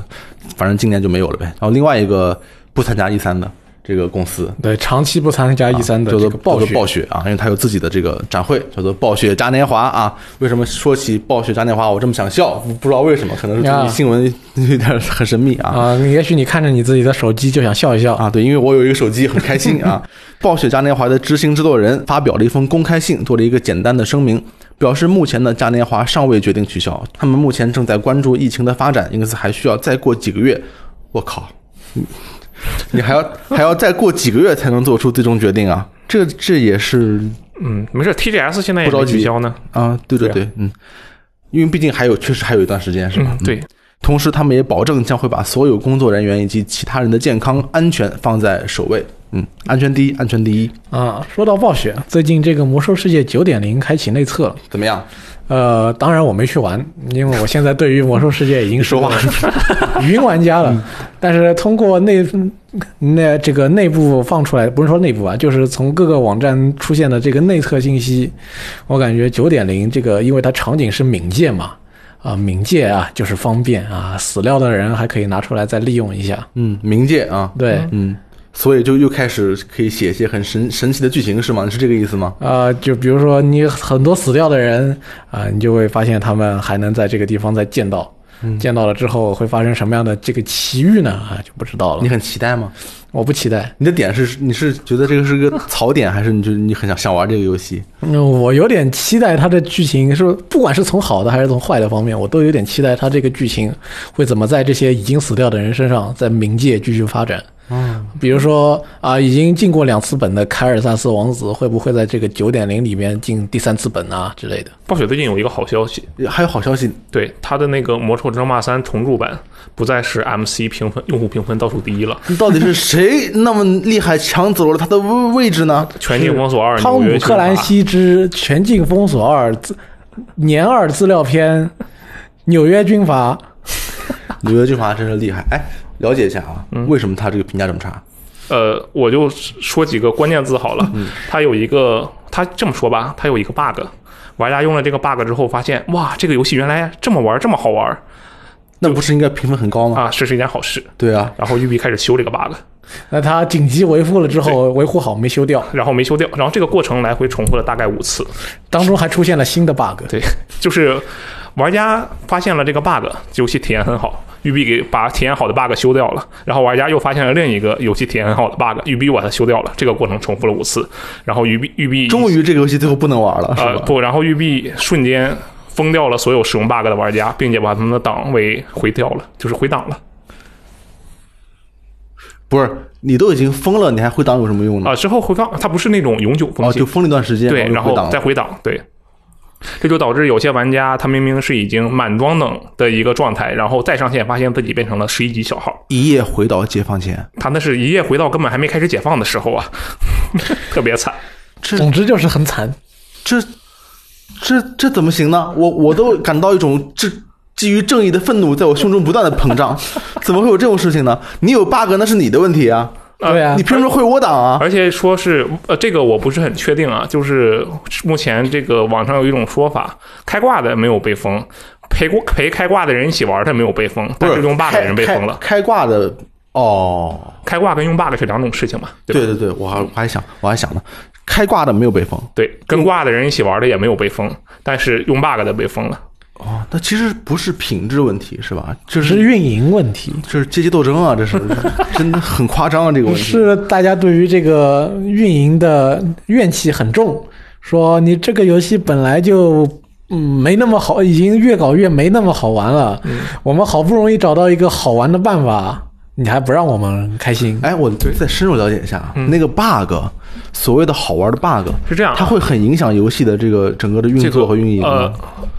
Speaker 1: 反正今年就没有了呗。然后另外一个不参加 E 三的这个公司，
Speaker 2: 对，长期不参加 E 三
Speaker 1: 啊
Speaker 2: 的
Speaker 1: 叫
Speaker 2: 这
Speaker 1: 做
Speaker 2: 个
Speaker 1: 叫
Speaker 2: 暴雪
Speaker 1: 做暴雪啊，因为它有自己的这个展会，叫做暴雪嘉年华啊。为什么说起暴雪嘉年华，我这么想笑？不不知道为什么，可能是最
Speaker 2: 啊
Speaker 1: 近新闻有点很神秘啊。
Speaker 2: 啊、也许你看着你自己的手机就想笑一笑，
Speaker 1: 啊，对，因为我有一个手机，很开心 啊。暴雪嘉年华的执行制作人发表了一封公开信，做了一个简单的声明，表示目前的嘉年华尚未决定取消，他们目前正在关注疫情的发展，因此还需要再过几个月。我靠，你你还要 还要再过几个月才能做出最终决定啊！这这也是
Speaker 3: 嗯，没事，TGS 现在也
Speaker 1: 不着
Speaker 3: 没
Speaker 1: 急
Speaker 3: 取消呢。
Speaker 1: 啊，对对
Speaker 3: 对
Speaker 1: 对，嗯，因为毕竟还有，确实还有一段时间，是吧？
Speaker 3: 嗯，对，
Speaker 1: 同时，他们也保证将会把所有工作人员以及其他人的健康安全放在首位。嗯，安全第一，安全第一，
Speaker 2: 啊，说到暴雪，最近这个《魔兽世界9.0》开启内测了。
Speaker 1: 怎么样？
Speaker 2: 呃，当然我没去玩，因为我现在对于《魔兽世界》已经是
Speaker 1: 说话
Speaker 2: 云玩家了。但是通过内那这个内部放出来，不是说内部啊，就是从各个网站出现的这个内测信息，我感觉9.0这个，因为它场景是冥界嘛，啊、冥界啊就是方便啊，死掉的人还可以拿出来再利用一下。
Speaker 1: 嗯，冥界啊，
Speaker 2: 对，
Speaker 1: 嗯，所以就又开始可以写一些很神神奇的剧情，是吗？你是这个意思吗？
Speaker 2: 呃，就比如说你很多死掉的人啊、你就会发现他们还能在这个地方再见到，见到了之后会发生什么样的这个奇遇呢？啊，就不知道了
Speaker 3: 哦
Speaker 1: 你。很期待吗？
Speaker 2: 我不期待，
Speaker 1: 你的点是，你是觉得这个是个槽点，还是你就你很想想玩这个游戏？
Speaker 2: 嗯我有点期待它的剧情，是不不管是从好的还是从坏的方面，我都有点期待它这个剧情会怎么在这些已经死掉的人身上，在冥界继续发展。
Speaker 1: 嗯，
Speaker 2: 比如说啊、已经进过两次本的凯尔萨斯王子，会不会在这个九点零里面进第三次本啊之类的？
Speaker 3: 暴雪最近有一个好消息，
Speaker 1: 还有好消息，
Speaker 3: 对它的那个《魔兽争霸三》重铸版不再是 MC 评分用户评分倒数第一了，
Speaker 1: 到底是谁那么厉害抢走了他的位置呢？
Speaker 3: 全境封锁二》
Speaker 2: 汤
Speaker 3: 纽约
Speaker 2: 姆·
Speaker 3: 去
Speaker 2: 克兰
Speaker 3: 打
Speaker 2: 西之《全境封锁二》资年二资料片，《纽约军阀》
Speaker 1: 纽约军阀真是厉害！哎，了解一下啊，
Speaker 3: 嗯
Speaker 1: 为什么他这个评价这么差？
Speaker 3: 呃，我就说几个关键字好了。它有一个，它这么说吧，它有一个 bug，玩家用了这个 bug 之后，发现哇，这个游戏原来这么玩，这么好玩
Speaker 1: 那不是应该评分很高吗？
Speaker 3: 啊，这是一件好事。
Speaker 1: 对啊，
Speaker 3: 然后育碧开始修这个 bug，
Speaker 2: 那他紧急维护了之后，维护好没修掉，
Speaker 3: 然后没修掉，然后这个过程来回重复了大概五次。
Speaker 2: 当中还出现了新的 bug。
Speaker 3: 对， 就是玩家发现了这个 bug，游戏体验很好，育碧给把体验好的 bug 修掉了，然后玩家又发现了另一个游戏体验很好的 bug，育碧又把它修掉了，这个过程重复了五次，然后育碧育碧
Speaker 1: 终于这个游戏最后不能玩了，是
Speaker 3: 呃
Speaker 1: 吧？
Speaker 3: 不，然后育碧瞬间封掉了所有使用 bug 的玩家，并且把他们的档位回掉了，就是回档了
Speaker 1: 不是，你都已经封了，你还回档有什么用
Speaker 3: 啊、
Speaker 1: 呢？
Speaker 3: 之后回放它不是那种永久
Speaker 1: 哦，
Speaker 3: 封
Speaker 1: 就
Speaker 3: 禁，
Speaker 1: 封了一段时间，
Speaker 3: 对，然
Speaker 1: 就回
Speaker 3: 后
Speaker 1: 档
Speaker 3: 再
Speaker 1: 了。
Speaker 3: 回档，对。这就导致有些玩家他明明是已经满装等的一个状态，然后再上线发现自己变成了十一级小号，
Speaker 1: 一夜回到解放前，
Speaker 3: 他那是一夜回到根本还没开始解放的时候啊， 特别惨。
Speaker 1: 这
Speaker 2: 总之就是很惨。
Speaker 1: 这这这怎么行呢？我我都感到一种这。基于正义的愤怒在我胸中不断的膨 胀，怎么会有这种事情呢？你有 bug 那是你的问题啊，
Speaker 3: 呃
Speaker 2: 对啊
Speaker 1: 你，凭什么会我档啊？
Speaker 3: 而且说是呃，这个我不是很确定啊，就是目前这个网上有一种说法，开挂的没有被封，陪过陪开挂的人一起玩的没有被封，但是用 bug 的人被封了。
Speaker 1: 开开挂的哦，
Speaker 3: 开挂跟用 bug 是两种事情嘛，对吧？
Speaker 1: 对对对，我还我还想我还想呢，开挂的没有被封，
Speaker 3: 对，跟挂的人一起玩的也没有被封，但是用 bug 的被封了。
Speaker 1: 哦，那其实不是品质问题是吧？就
Speaker 2: 只
Speaker 1: 是
Speaker 2: 是运营问题，
Speaker 3: 嗯
Speaker 1: 这是阶级斗争啊，这是 真的很夸张啊，这个问题。
Speaker 2: 是大家对于这个运营的怨气很重，说你这个游戏本来就嗯没那么好，已经越搞越没那么好玩了。
Speaker 3: 嗯
Speaker 2: 我们好不容易找到一个好玩的办法，你还不让我们开心？
Speaker 1: 哎，我再深入了解一下啊，那个 bug，所谓的好玩的 bug
Speaker 3: 是这样啊
Speaker 1: 它会很影响游戏的这个整个的运
Speaker 3: 这个
Speaker 1: 作和运营吗。
Speaker 3: 呃，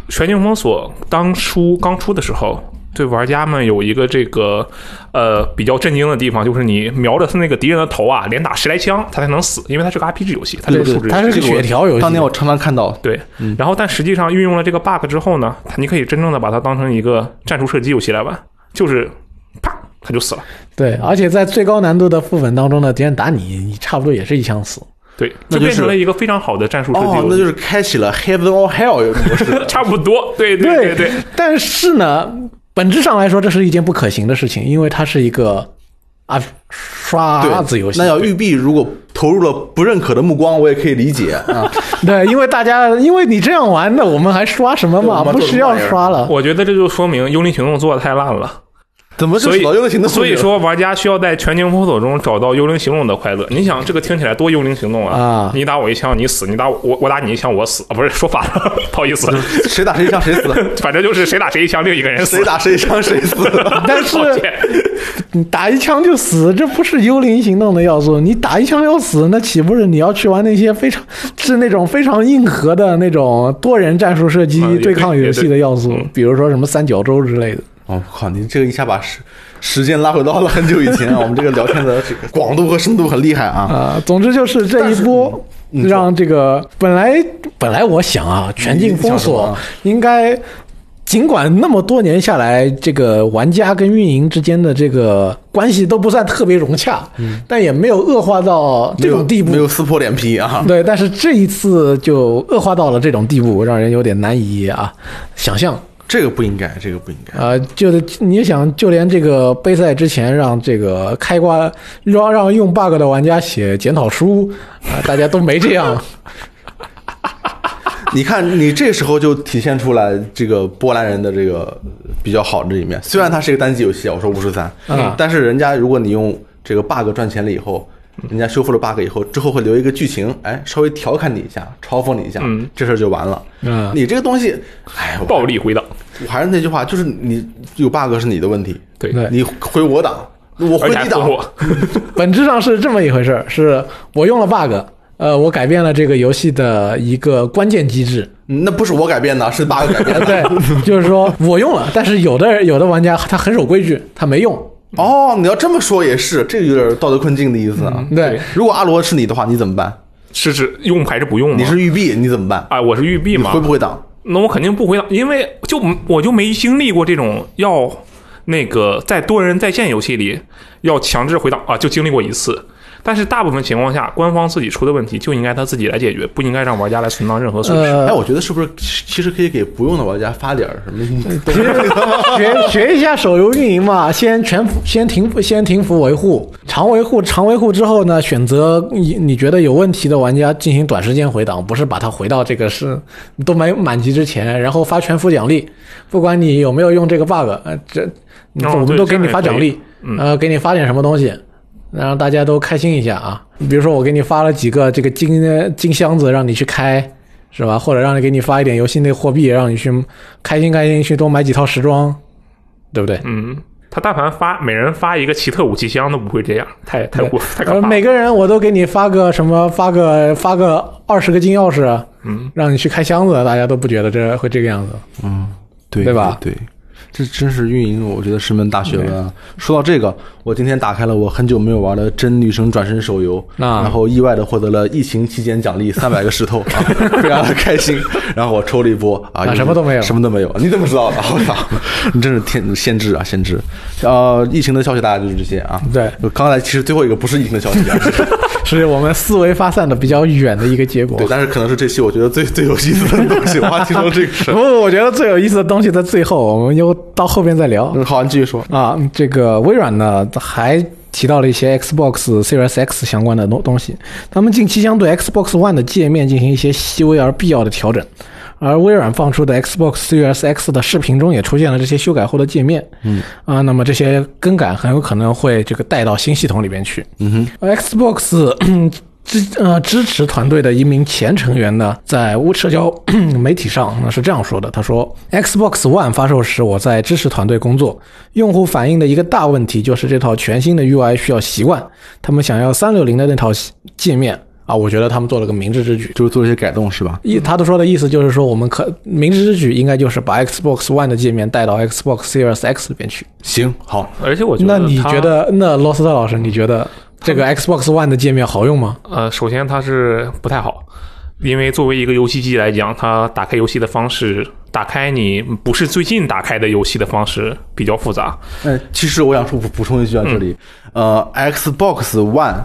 Speaker 3: 全境封锁当初刚出的时候，对玩家们有一个这个呃比较震惊的地方，就是你瞄着他那个敌人的头啊，连打十来枪他才能死，因为它是个 RPG 游戏，它是个
Speaker 1: 对对嗯
Speaker 3: 数值游戏，
Speaker 2: 它是个血条游戏，
Speaker 1: 当年我常常看到，
Speaker 3: 对，然后但实际上运用了这个 bug 之后呢，它你可以真正的把它当成一个战术射击游戏来玩，就是啪他就死了。
Speaker 2: 对，而且在最高难度的副本当中呢，敌人打你，你差不多也是一枪死。
Speaker 3: 对，
Speaker 1: 那
Speaker 3: 就
Speaker 1: 就是
Speaker 3: 变成了一个非常好的战术射击
Speaker 1: 哦，
Speaker 3: 游
Speaker 1: 那
Speaker 3: 戏，。
Speaker 1: 就是开启了 Heaven or Hell 模式
Speaker 3: 差不多。对对对，
Speaker 2: 但是呢，本质上来说，这是一件不可行的事情，因为它是一个啊刷
Speaker 1: 对，
Speaker 2: 子游戏。
Speaker 1: 那要育碧如果投入了不认可的目光，我也可以理解啊。
Speaker 2: 对，因为大家因为你这样玩的，我们还刷什么
Speaker 1: 对
Speaker 2: 嘛？
Speaker 1: 我们
Speaker 2: 不
Speaker 1: 做什
Speaker 2: 需
Speaker 1: 么
Speaker 2: 要
Speaker 1: 玩意儿
Speaker 2: 刷了。
Speaker 3: 我觉得这就说明《幽灵行动》做的太烂了，
Speaker 1: 怎么
Speaker 3: 所
Speaker 1: 是
Speaker 3: 以
Speaker 1: 老用的行动？
Speaker 3: 所以，说玩家需要在全境封锁中找到《幽灵行动》的快乐。你想，这个听起来多《幽灵行动》
Speaker 2: 啊
Speaker 3: 你打我一枪，你死；你打我，我我打你一枪，我死。啊，不是说反了， 不好 意思，
Speaker 1: 谁打谁一枪谁死，
Speaker 3: 反正就是谁打谁一枪，另一个人
Speaker 1: 谁
Speaker 3: 死。
Speaker 1: 打谁一枪谁死。
Speaker 2: 但是
Speaker 3: 抱歉
Speaker 2: 你打一枪就死，这不是幽灵行动的要素。你打一枪要死，那岂不是你要去玩那些非常是那种非常硬核的那种多人战术射击
Speaker 3: 嗯也
Speaker 2: 对
Speaker 3: 对
Speaker 2: 抗游戏的要素
Speaker 3: 也对嗯？
Speaker 2: 比如说什么三角洲之类的。
Speaker 1: 哦，靠！你这个一下把时时间拉回到了很久以前啊，我们这个聊天的这个广度和深度很厉害啊。
Speaker 2: 啊、总之就是这一波
Speaker 1: 嗯你说
Speaker 2: 让这个本来本来我想啊，全境封
Speaker 1: 你想什
Speaker 2: 锁
Speaker 1: 么
Speaker 2: 应该，尽管那么多年下来，这个玩家跟运营之间的这个关系都不算特别融洽，但也没有恶化到 这种地
Speaker 1: 嗯
Speaker 2: 步
Speaker 1: 没有没。有撕破脸皮啊。
Speaker 2: 对，但是这一次就恶化到了这种地步，让人有点难以啊想象。
Speaker 1: 这个不应该，这个不应该。
Speaker 2: 呃，就你想，就连这个杯赛之前让这个开挂让让用 bug 的玩家写检讨书啊、大家都没这样。
Speaker 1: 你看，你这时候就体现出来这个波兰人的这个比较好的这一面。虽然它是一个单机游戏啊，我说五十三，
Speaker 2: 嗯
Speaker 1: 但是人家如果你用这个 bug 赚钱了以后，人家修复了 bug 以后，之后会留一个剧情，哎，稍微调侃你一下，嘲讽你一下，
Speaker 3: 嗯
Speaker 1: 这事儿就完了。
Speaker 2: 嗯
Speaker 1: 你这个东西，哎，我
Speaker 3: 暴力回档，
Speaker 1: 我还是那句话，就是你有 bug 是你的问题，
Speaker 3: 对
Speaker 2: 对
Speaker 1: 你回我档，我回
Speaker 3: 而且还
Speaker 1: 你档
Speaker 3: 复，活。
Speaker 2: 本质上是这么一回事儿，是我用了 bug，呃，我改变了这个游戏的一个关键机制。
Speaker 1: 嗯那不是我改变的，是 bug 改变
Speaker 2: 呃
Speaker 1: 的。
Speaker 2: 对， 就是说我用了，但是有的人有的玩家他很守规矩，他没用。
Speaker 1: 哦，你要这么说也是，这个有点道德困境的意思啊。
Speaker 2: 对，
Speaker 1: 如果阿罗是你的话，你怎么办？
Speaker 3: 是指用还是不用吗？
Speaker 1: 你是玉璧，你怎么办？
Speaker 3: 啊，我是玉璧
Speaker 1: 你
Speaker 3: 嘛
Speaker 1: 会，不会挡？
Speaker 3: 那我肯定不回答，因为就我就没经历过这种要那个在多人在线游戏里要强制回档啊，就经历过一次。但是大部分情况下，官方自己出的问题就应该他自己来解决，不应该让玩家来存档任何损失。
Speaker 1: 哎，
Speaker 2: 呃，
Speaker 1: 我觉得是不是其其实可以给不用的玩家发点儿什么？
Speaker 2: 学学一下手游运营嘛，先全服先停服先停服维护，长维护长维护之后呢，选择你你觉得有问题的玩家进行短时间回档，不是把它回到这个是都没满级之前，然后发全服奖励，不管你有没有用这个 bug，呃，这你
Speaker 3: 哦
Speaker 2: 我们
Speaker 3: 对
Speaker 2: 都
Speaker 3: 这
Speaker 2: 给
Speaker 3: 样
Speaker 2: 你
Speaker 3: 也
Speaker 2: 发
Speaker 3: 可
Speaker 2: 奖
Speaker 3: 以
Speaker 2: 励，
Speaker 3: 嗯
Speaker 2: 呃，给你发点什么东西，让大家都开心一下啊。比如说我给你发了几个这个金金箱子，让你去开，是吧？或者让你给你发一点游戏内货币，让你去开心开心去多买几套时装，对不对？
Speaker 3: 嗯，他但凡发每人发一个奇特武器箱都不会这样，太太过太可
Speaker 2: 呃，
Speaker 3: 怕
Speaker 2: 每
Speaker 3: 了。
Speaker 2: 个人我都给你发个什么，发个发个二十个金钥匙，
Speaker 3: 嗯，
Speaker 2: 让你去开箱子，大家都不觉得这会这个样子。
Speaker 1: 对
Speaker 2: 对吧
Speaker 1: 对，这真是运营，我觉得是门大学问啊。说到这个，我今天打开了我很久没有玩的《真女神转身》手游，
Speaker 2: 啊
Speaker 1: 然后意外的获得了疫情期间奖励三百个石头，啊，非常的开心。然后我抽了一波啊，又是
Speaker 2: 什么都没有
Speaker 1: 什么都没有。你怎么知道的？ 我操，你真是天先知啊，先知。呃，疫情的消息大概就是这些啊。
Speaker 2: 对，
Speaker 1: 刚才其实最后一个不是疫情的消息啊，是
Speaker 2: 是我们思维发散的比较远的一个结果。
Speaker 1: 对，但是可能是这期我觉得最最有意思的东西，我还听说这个事
Speaker 2: 不
Speaker 1: 儿。
Speaker 2: 过我觉得最有意思的东西在最后，我们又到后边再聊。
Speaker 1: 嗯好，你继续说。
Speaker 2: 啊，这个微软呢还提到了一些 Xbox Series X 相关的东东西，他们近期将对 Xbox One 的界面进行一些细微而必要的调整。而微软放出的 Xbox Series X 的视频中也出现了这些修改后的界面，嗯啊，那么这些更改很有可能会这个带到新系统里边去，
Speaker 1: 嗯哼，
Speaker 2: Xbox 支呃支持团队的一名前成员呢，在微社交 媒体上呢是这样说的：“他说，Xbox One 发售时，我在支持团队工作，用户反映的一个大问题就是这套全新的 UI 需要习惯，他们想要三六零的那套界面啊，我觉得他们做了个明智之举。”
Speaker 1: 就是做一些改动是吧？
Speaker 2: 一，他都说的意思就是说，我们可明智之举应该就是把 Xbox One 的界面带到 Xbox Series X 里边去。
Speaker 1: 行，好，
Speaker 3: 而且我觉得
Speaker 2: 那你
Speaker 3: 它
Speaker 2: 觉得，那罗斯特老师，你觉得这个 Xbox One 的界面好用吗？
Speaker 3: 呃，首先它是不太好，因为作为一个游戏机来讲，它打开游戏的方式，打开你不是最近打开的游戏的方式比较复杂。
Speaker 1: 嗯，其实我想说补补充一句啊，这里，
Speaker 3: 嗯
Speaker 1: 呃，Xbox One，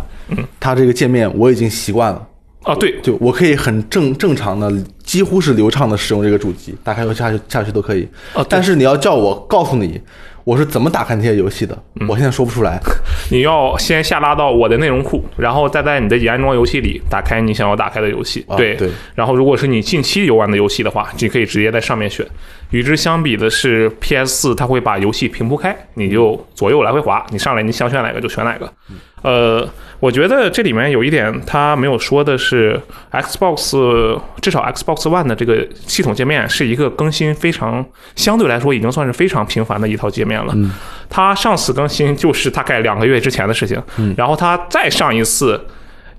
Speaker 1: 它这个界面我已经习惯了，
Speaker 3: 啊，对，
Speaker 1: 就我可以很正正常的，几乎是流畅的使用这个主机，打开游戏下去下去都可以。
Speaker 3: 哦对
Speaker 1: 但是你要叫我告诉你我是怎么打开那些游戏的，
Speaker 3: 嗯
Speaker 1: 我现在说不出 来。
Speaker 3: 你要先下拉到我的内容库，然后再在你的安装游戏里打开你想要打开的游戏。
Speaker 1: 啊
Speaker 3: 对
Speaker 1: 对
Speaker 3: 然后如果是你近期游玩的游戏的话，你可以直接在上面选。与之相比的是，PS 四它会把游戏平铺开，你就左右来回滑，你上来你想选哪个就选哪个。呃，我觉得这里面有一点他没有说的是，Xbox 至少 Xbox One 的这个系统界面是一个更新非常相对来说已经算是非常频繁的一套界面了。它上次更新就是大概两个月之前的事情，然后它再上一次。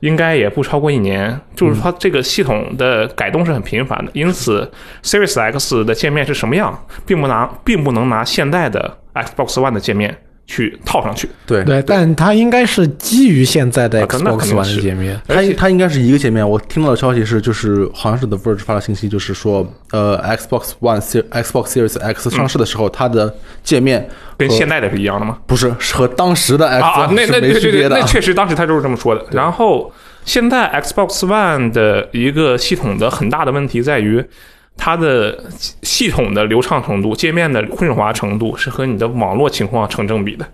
Speaker 3: 应该也不超过一年，就是它这个系统的改动是很频繁的，因此 Series X 的界面是什么样，并不拿并不能拿现在的 Xbox One 的界面去套上去。
Speaker 1: 对
Speaker 2: 对，但它应该是基于现在的
Speaker 3: 啊可能那肯
Speaker 2: Xbox
Speaker 3: 定
Speaker 2: One
Speaker 3: 是
Speaker 2: 的界面。
Speaker 1: 它它应该是一个界面。我听到的消息是，就是好像是 The Verge 发的信息，就是说，呃，Xbox One、Xbox Series X 上市的时候，它的界面
Speaker 3: 嗯跟
Speaker 1: 和
Speaker 3: 现在的是一样的吗？
Speaker 1: 不是是和当时的
Speaker 3: 啊
Speaker 1: Xbox
Speaker 3: 啊，那那
Speaker 1: 是
Speaker 3: 对
Speaker 1: 没区
Speaker 3: 对对，
Speaker 1: 别的
Speaker 3: 那。确实当时他就是这么说的。然后现在 Xbox One 的一个系统的很大的问题在于。它的系统的流畅程度、界面的顺滑程度是和你的网络情况成正比的。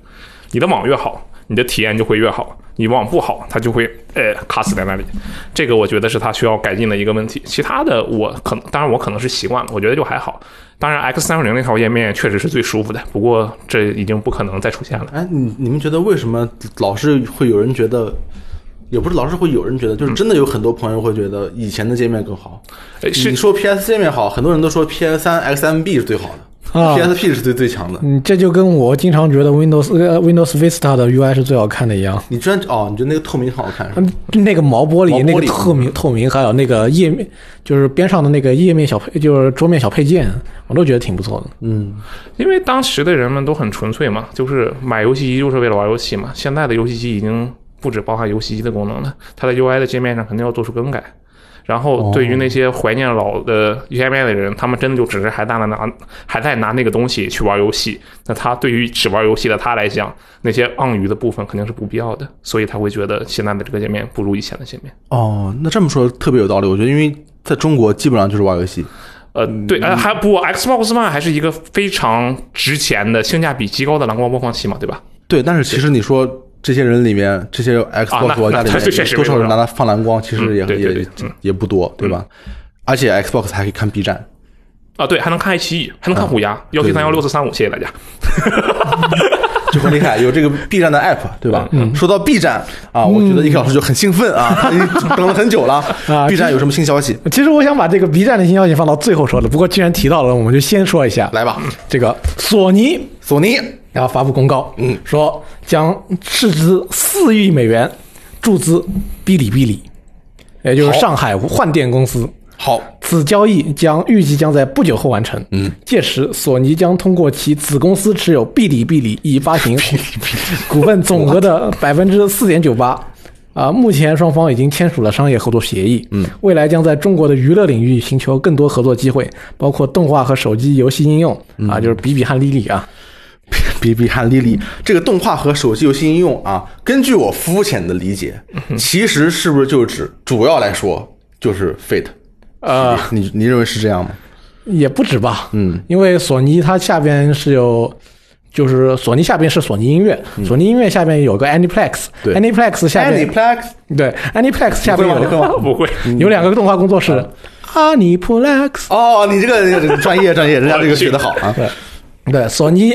Speaker 3: 你的网越好，你的体验就会越好；你网不好，它就会呃卡死在那里。这个我觉得是它需要改进的一个问题。其他的我可能，当然我可能是习惯了，我觉得就还好。当然，X 三六零那套页面确实是最舒服的，不过这已经不可能再出现了。
Speaker 1: 哎，你你们觉得为什么老是会有人觉得？也不是老是会有人觉得，
Speaker 3: 嗯
Speaker 1: 就是真的有很多朋友会觉得以前的界面更好。
Speaker 3: 呃是
Speaker 1: 你说 PS 界面好，很多人都说 PS 三 XMB 是最好的、
Speaker 2: 啊
Speaker 1: p s p 是最最强的。
Speaker 2: 嗯，这就跟我经常觉得 Windows 呃 Windows Vista 的 UI 是最好看的一样。
Speaker 1: 你居然哦，你觉得那个透明很好看是吧？
Speaker 2: 嗯，那个毛玻璃，
Speaker 1: 毛玻璃
Speaker 2: 那个透
Speaker 3: 嗯
Speaker 2: 明透明，还有那个页面，就是边上的那个页面小配，就是桌面小配件，我都觉得挺不错的。
Speaker 1: 嗯，
Speaker 3: 因为当时的人们都很纯粹嘛，就是买游戏机就是为了玩游戏嘛。现在的游戏机已经不只包含游戏机的功能了，它的 UI 的界面上肯定要做出更改。然后对于那些怀念老的页面的人，他们真的就只是还在那拿还在拿那个东西去玩游戏。那他对于只玩游戏的他来讲，那些冗余的部分肯定是不必要的，所以他会觉得现在的这个界面不如以前的界面。
Speaker 1: 哦，那这么说特别有道理。我觉得，因为在中国基本上就是玩游戏，
Speaker 3: 呃，对，呃，还不，Xbox One 还是一个非常值钱的、性价比极高的蓝光播放器嘛，对吧？
Speaker 1: 对。但是其实你说这些人里面，这些
Speaker 3: 啊那
Speaker 1: Xbox 玩家里
Speaker 3: 那确实
Speaker 1: 面，
Speaker 3: 没
Speaker 1: 多少人
Speaker 3: 多
Speaker 1: 拿
Speaker 3: 少
Speaker 1: 它放蓝光，其实也
Speaker 3: 嗯对对
Speaker 1: 也
Speaker 3: 对嗯嗯
Speaker 1: 也不多，对吧？而且 Xbox 还可以看 B 站，
Speaker 3: 啊，对，还能看爱奇艺，还能看虎牙，幺
Speaker 1: 对
Speaker 3: 七
Speaker 1: 对
Speaker 3: 三幺六四三五，谢谢大家。
Speaker 1: 就很厉害，有这个 B 站的 app，对吧？说到 B 站啊，我觉得一个老师就很兴奋啊， 他等了很久了。
Speaker 2: 啊
Speaker 1: B 站有什么新消息？
Speaker 2: 其实我想把这个 B 站的新消息放到最后说的，不过既然提到了，我们就先说一下。
Speaker 1: 来吧，
Speaker 2: 这个索尼
Speaker 1: 索尼
Speaker 2: 然后发布公告，嗯，说将斥资四亿美元注资哔哩哔哩，也就是上海换电公司。
Speaker 1: 好，
Speaker 2: 此交易将预计将在不久后完成。嗯，届时索尼将通过其子公司持有哔哩哔哩已发行股份总额 的百分之四点九八。啊，目前双方已经签署了商业合作协议。嗯，未来将在中国的娱乐领域寻求更多合作机会，包括动画和手机游戏应用。啊，就是比比和莉莉啊。
Speaker 1: 比比和莉莉这个动画和手机游戏应用啊，根据我肤浅的理解，其实是不是就指主要来说就是 Fate
Speaker 2: 呃，
Speaker 1: 你你认为是这样吗？
Speaker 2: 也不止吧，嗯，因为索尼它下边是有，就是索尼下边是索尼音乐，索尼音乐下边有个 Aniplex，Aniplex
Speaker 1: 嗯对
Speaker 2: Aniplex 下
Speaker 1: a
Speaker 2: 边
Speaker 1: n i p l e x
Speaker 2: 对 Aniplex 下
Speaker 1: 会
Speaker 2: 边
Speaker 1: 吗？啊你会
Speaker 2: 有
Speaker 1: 吗？
Speaker 3: 不会，
Speaker 2: 有两个动画工作室，Aniplex，
Speaker 1: 哦，你这个这个专业专业，人家这个学的好啊。
Speaker 2: 对，索尼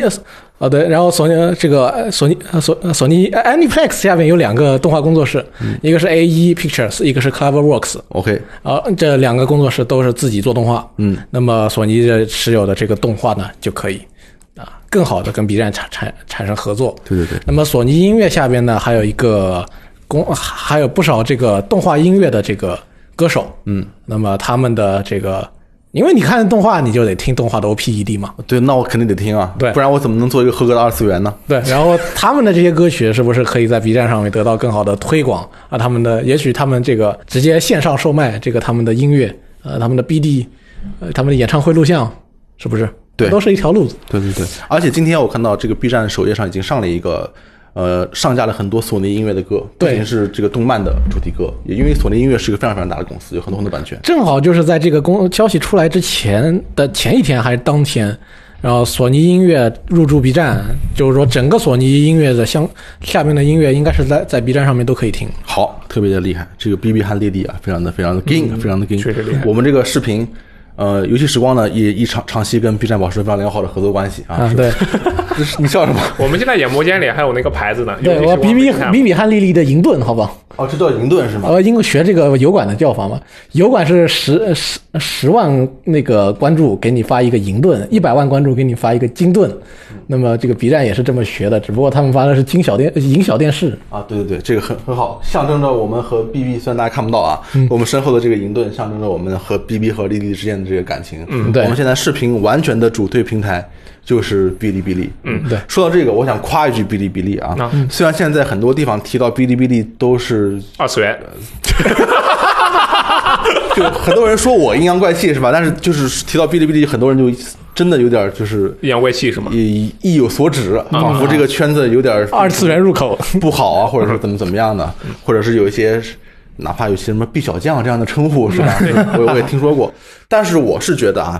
Speaker 2: 啊，对，然后索尼这个呃索尼呃索呃索尼呃 Aniplex 下面有两个动画工作室，
Speaker 1: 嗯
Speaker 2: 一个是 A 一 Pictures，一个是 CloverWorks，
Speaker 1: OK，
Speaker 2: 啊，这两个工作室都是自己做动画。
Speaker 1: 嗯，
Speaker 2: 那么索尼这持有的这个动画呢，就可以啊，更好的跟 B 站产产产生合作。
Speaker 1: 对对对，
Speaker 2: 那么索尼音乐下边呢，还有一个公，还有不少这个动画音乐的这个歌手。嗯，那么他们的这个，因为你看动画，你就得听动画的 OPED 嘛。
Speaker 1: 对，那我肯定得听啊，
Speaker 2: 对
Speaker 1: 不然我怎么能做一个合格的二次元呢？
Speaker 2: 对，然后他们的这些歌曲是不是可以在 B 站上面得到更好的推广啊？他们的也许他们这个直接线上售卖这个他们的音乐，呃，他们的 BD，呃，他们的演唱会录像，是不是？
Speaker 1: 对
Speaker 2: 都是一条路子。
Speaker 1: 对对对，而且今天我看到这个 B 站首页上已经上了一个，呃，上架了很多索尼音乐的歌，不
Speaker 2: 对
Speaker 1: 仅是这个动漫的主题歌，也因为索尼音乐是一个非常非常大的公司，有很多很多版权。
Speaker 2: 正好就是在这个公消息出来之前的前一天还是当天，然后索尼音乐入驻 B 站，就是说整个索尼音乐的相下面的音乐应该是在在 B 站上面都可以听。
Speaker 1: 好，特别的厉害，这个 B B 和丽丽啊，非常的非常的硬，非常的硬，
Speaker 3: 确实厉害
Speaker 1: 我们这个视频。呃，游戏时光呢，也一长长期跟 B 站保持非常良好的合作关系啊。
Speaker 2: 啊，
Speaker 1: 是
Speaker 2: 对，
Speaker 1: 这是 你笑什么？
Speaker 3: 我们现在演播间里还有那个牌子呢，
Speaker 2: 对
Speaker 3: 尤其是
Speaker 2: 我
Speaker 3: 往
Speaker 2: 比比
Speaker 3: 北看
Speaker 2: 比比汉丽丽的银盾，好不好？
Speaker 1: 哦，这叫银盾是吗？
Speaker 2: 呃，因为学这个油管的叫法嘛，油管是十十十万那个关注给你发一个银盾，一百万关注给你发一个金盾。那么这个 B 站也是这么学的，只不过他们发的是金小电银小电视。
Speaker 1: 啊，对对对，这个很很好，象征着我们和 BB，虽然大家看不到啊，我们身后的这个银盾象征着我们和 BB 和丽丽之间的这个感情。嗯
Speaker 2: 对
Speaker 1: 我们现在视频完全的主推平台就是哔哩哔哩。嗯，
Speaker 2: 对
Speaker 1: 说到这个，我想夸一句哔哩哔哩啊，
Speaker 3: 嗯
Speaker 1: 虽然现在很多地方提到哔哩哔哩都是
Speaker 3: 二次元，
Speaker 1: 就很多人说我阴阳怪气是吧？但是就是提到哔哩哔哩，很多人就真的有点就是
Speaker 3: 阴阳怪气是吗？
Speaker 1: 意意有所指，仿佛这个圈子有点
Speaker 2: 二次元入口，
Speaker 1: 不好啊，或者是怎么怎么样的，或者是有一些哪怕有些什么毕小将这样的称呼是吧？我我也听说过，但是我是觉得啊，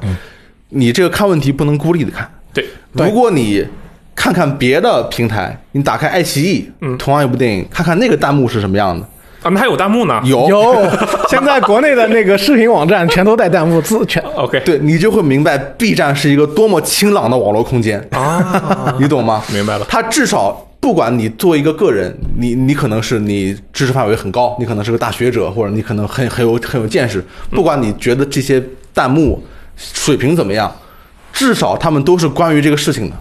Speaker 1: 你这个看问题不能孤立的看，
Speaker 3: 对，
Speaker 1: 如果你看看别的平台，你打开爱奇艺，同样一部电影，看看那个弹幕是什么样的，
Speaker 3: 啊，那还有弹幕呢。
Speaker 1: 有
Speaker 2: 有， 现在国内的那个视频网站全都带弹幕，自全
Speaker 3: OK，
Speaker 1: 对你就会明白 B 站是一个多么清朗的网络空间啊， 你懂吗？
Speaker 3: 明白了
Speaker 1: 它至少不管你作为一个个人，你你可能是你知识范围很高，你可能是个大学者，或者你可能很很有很有见
Speaker 3: 嗯
Speaker 1: 识，不管你觉得这些弹幕水平怎么样，至少他们都是关于这个事情的，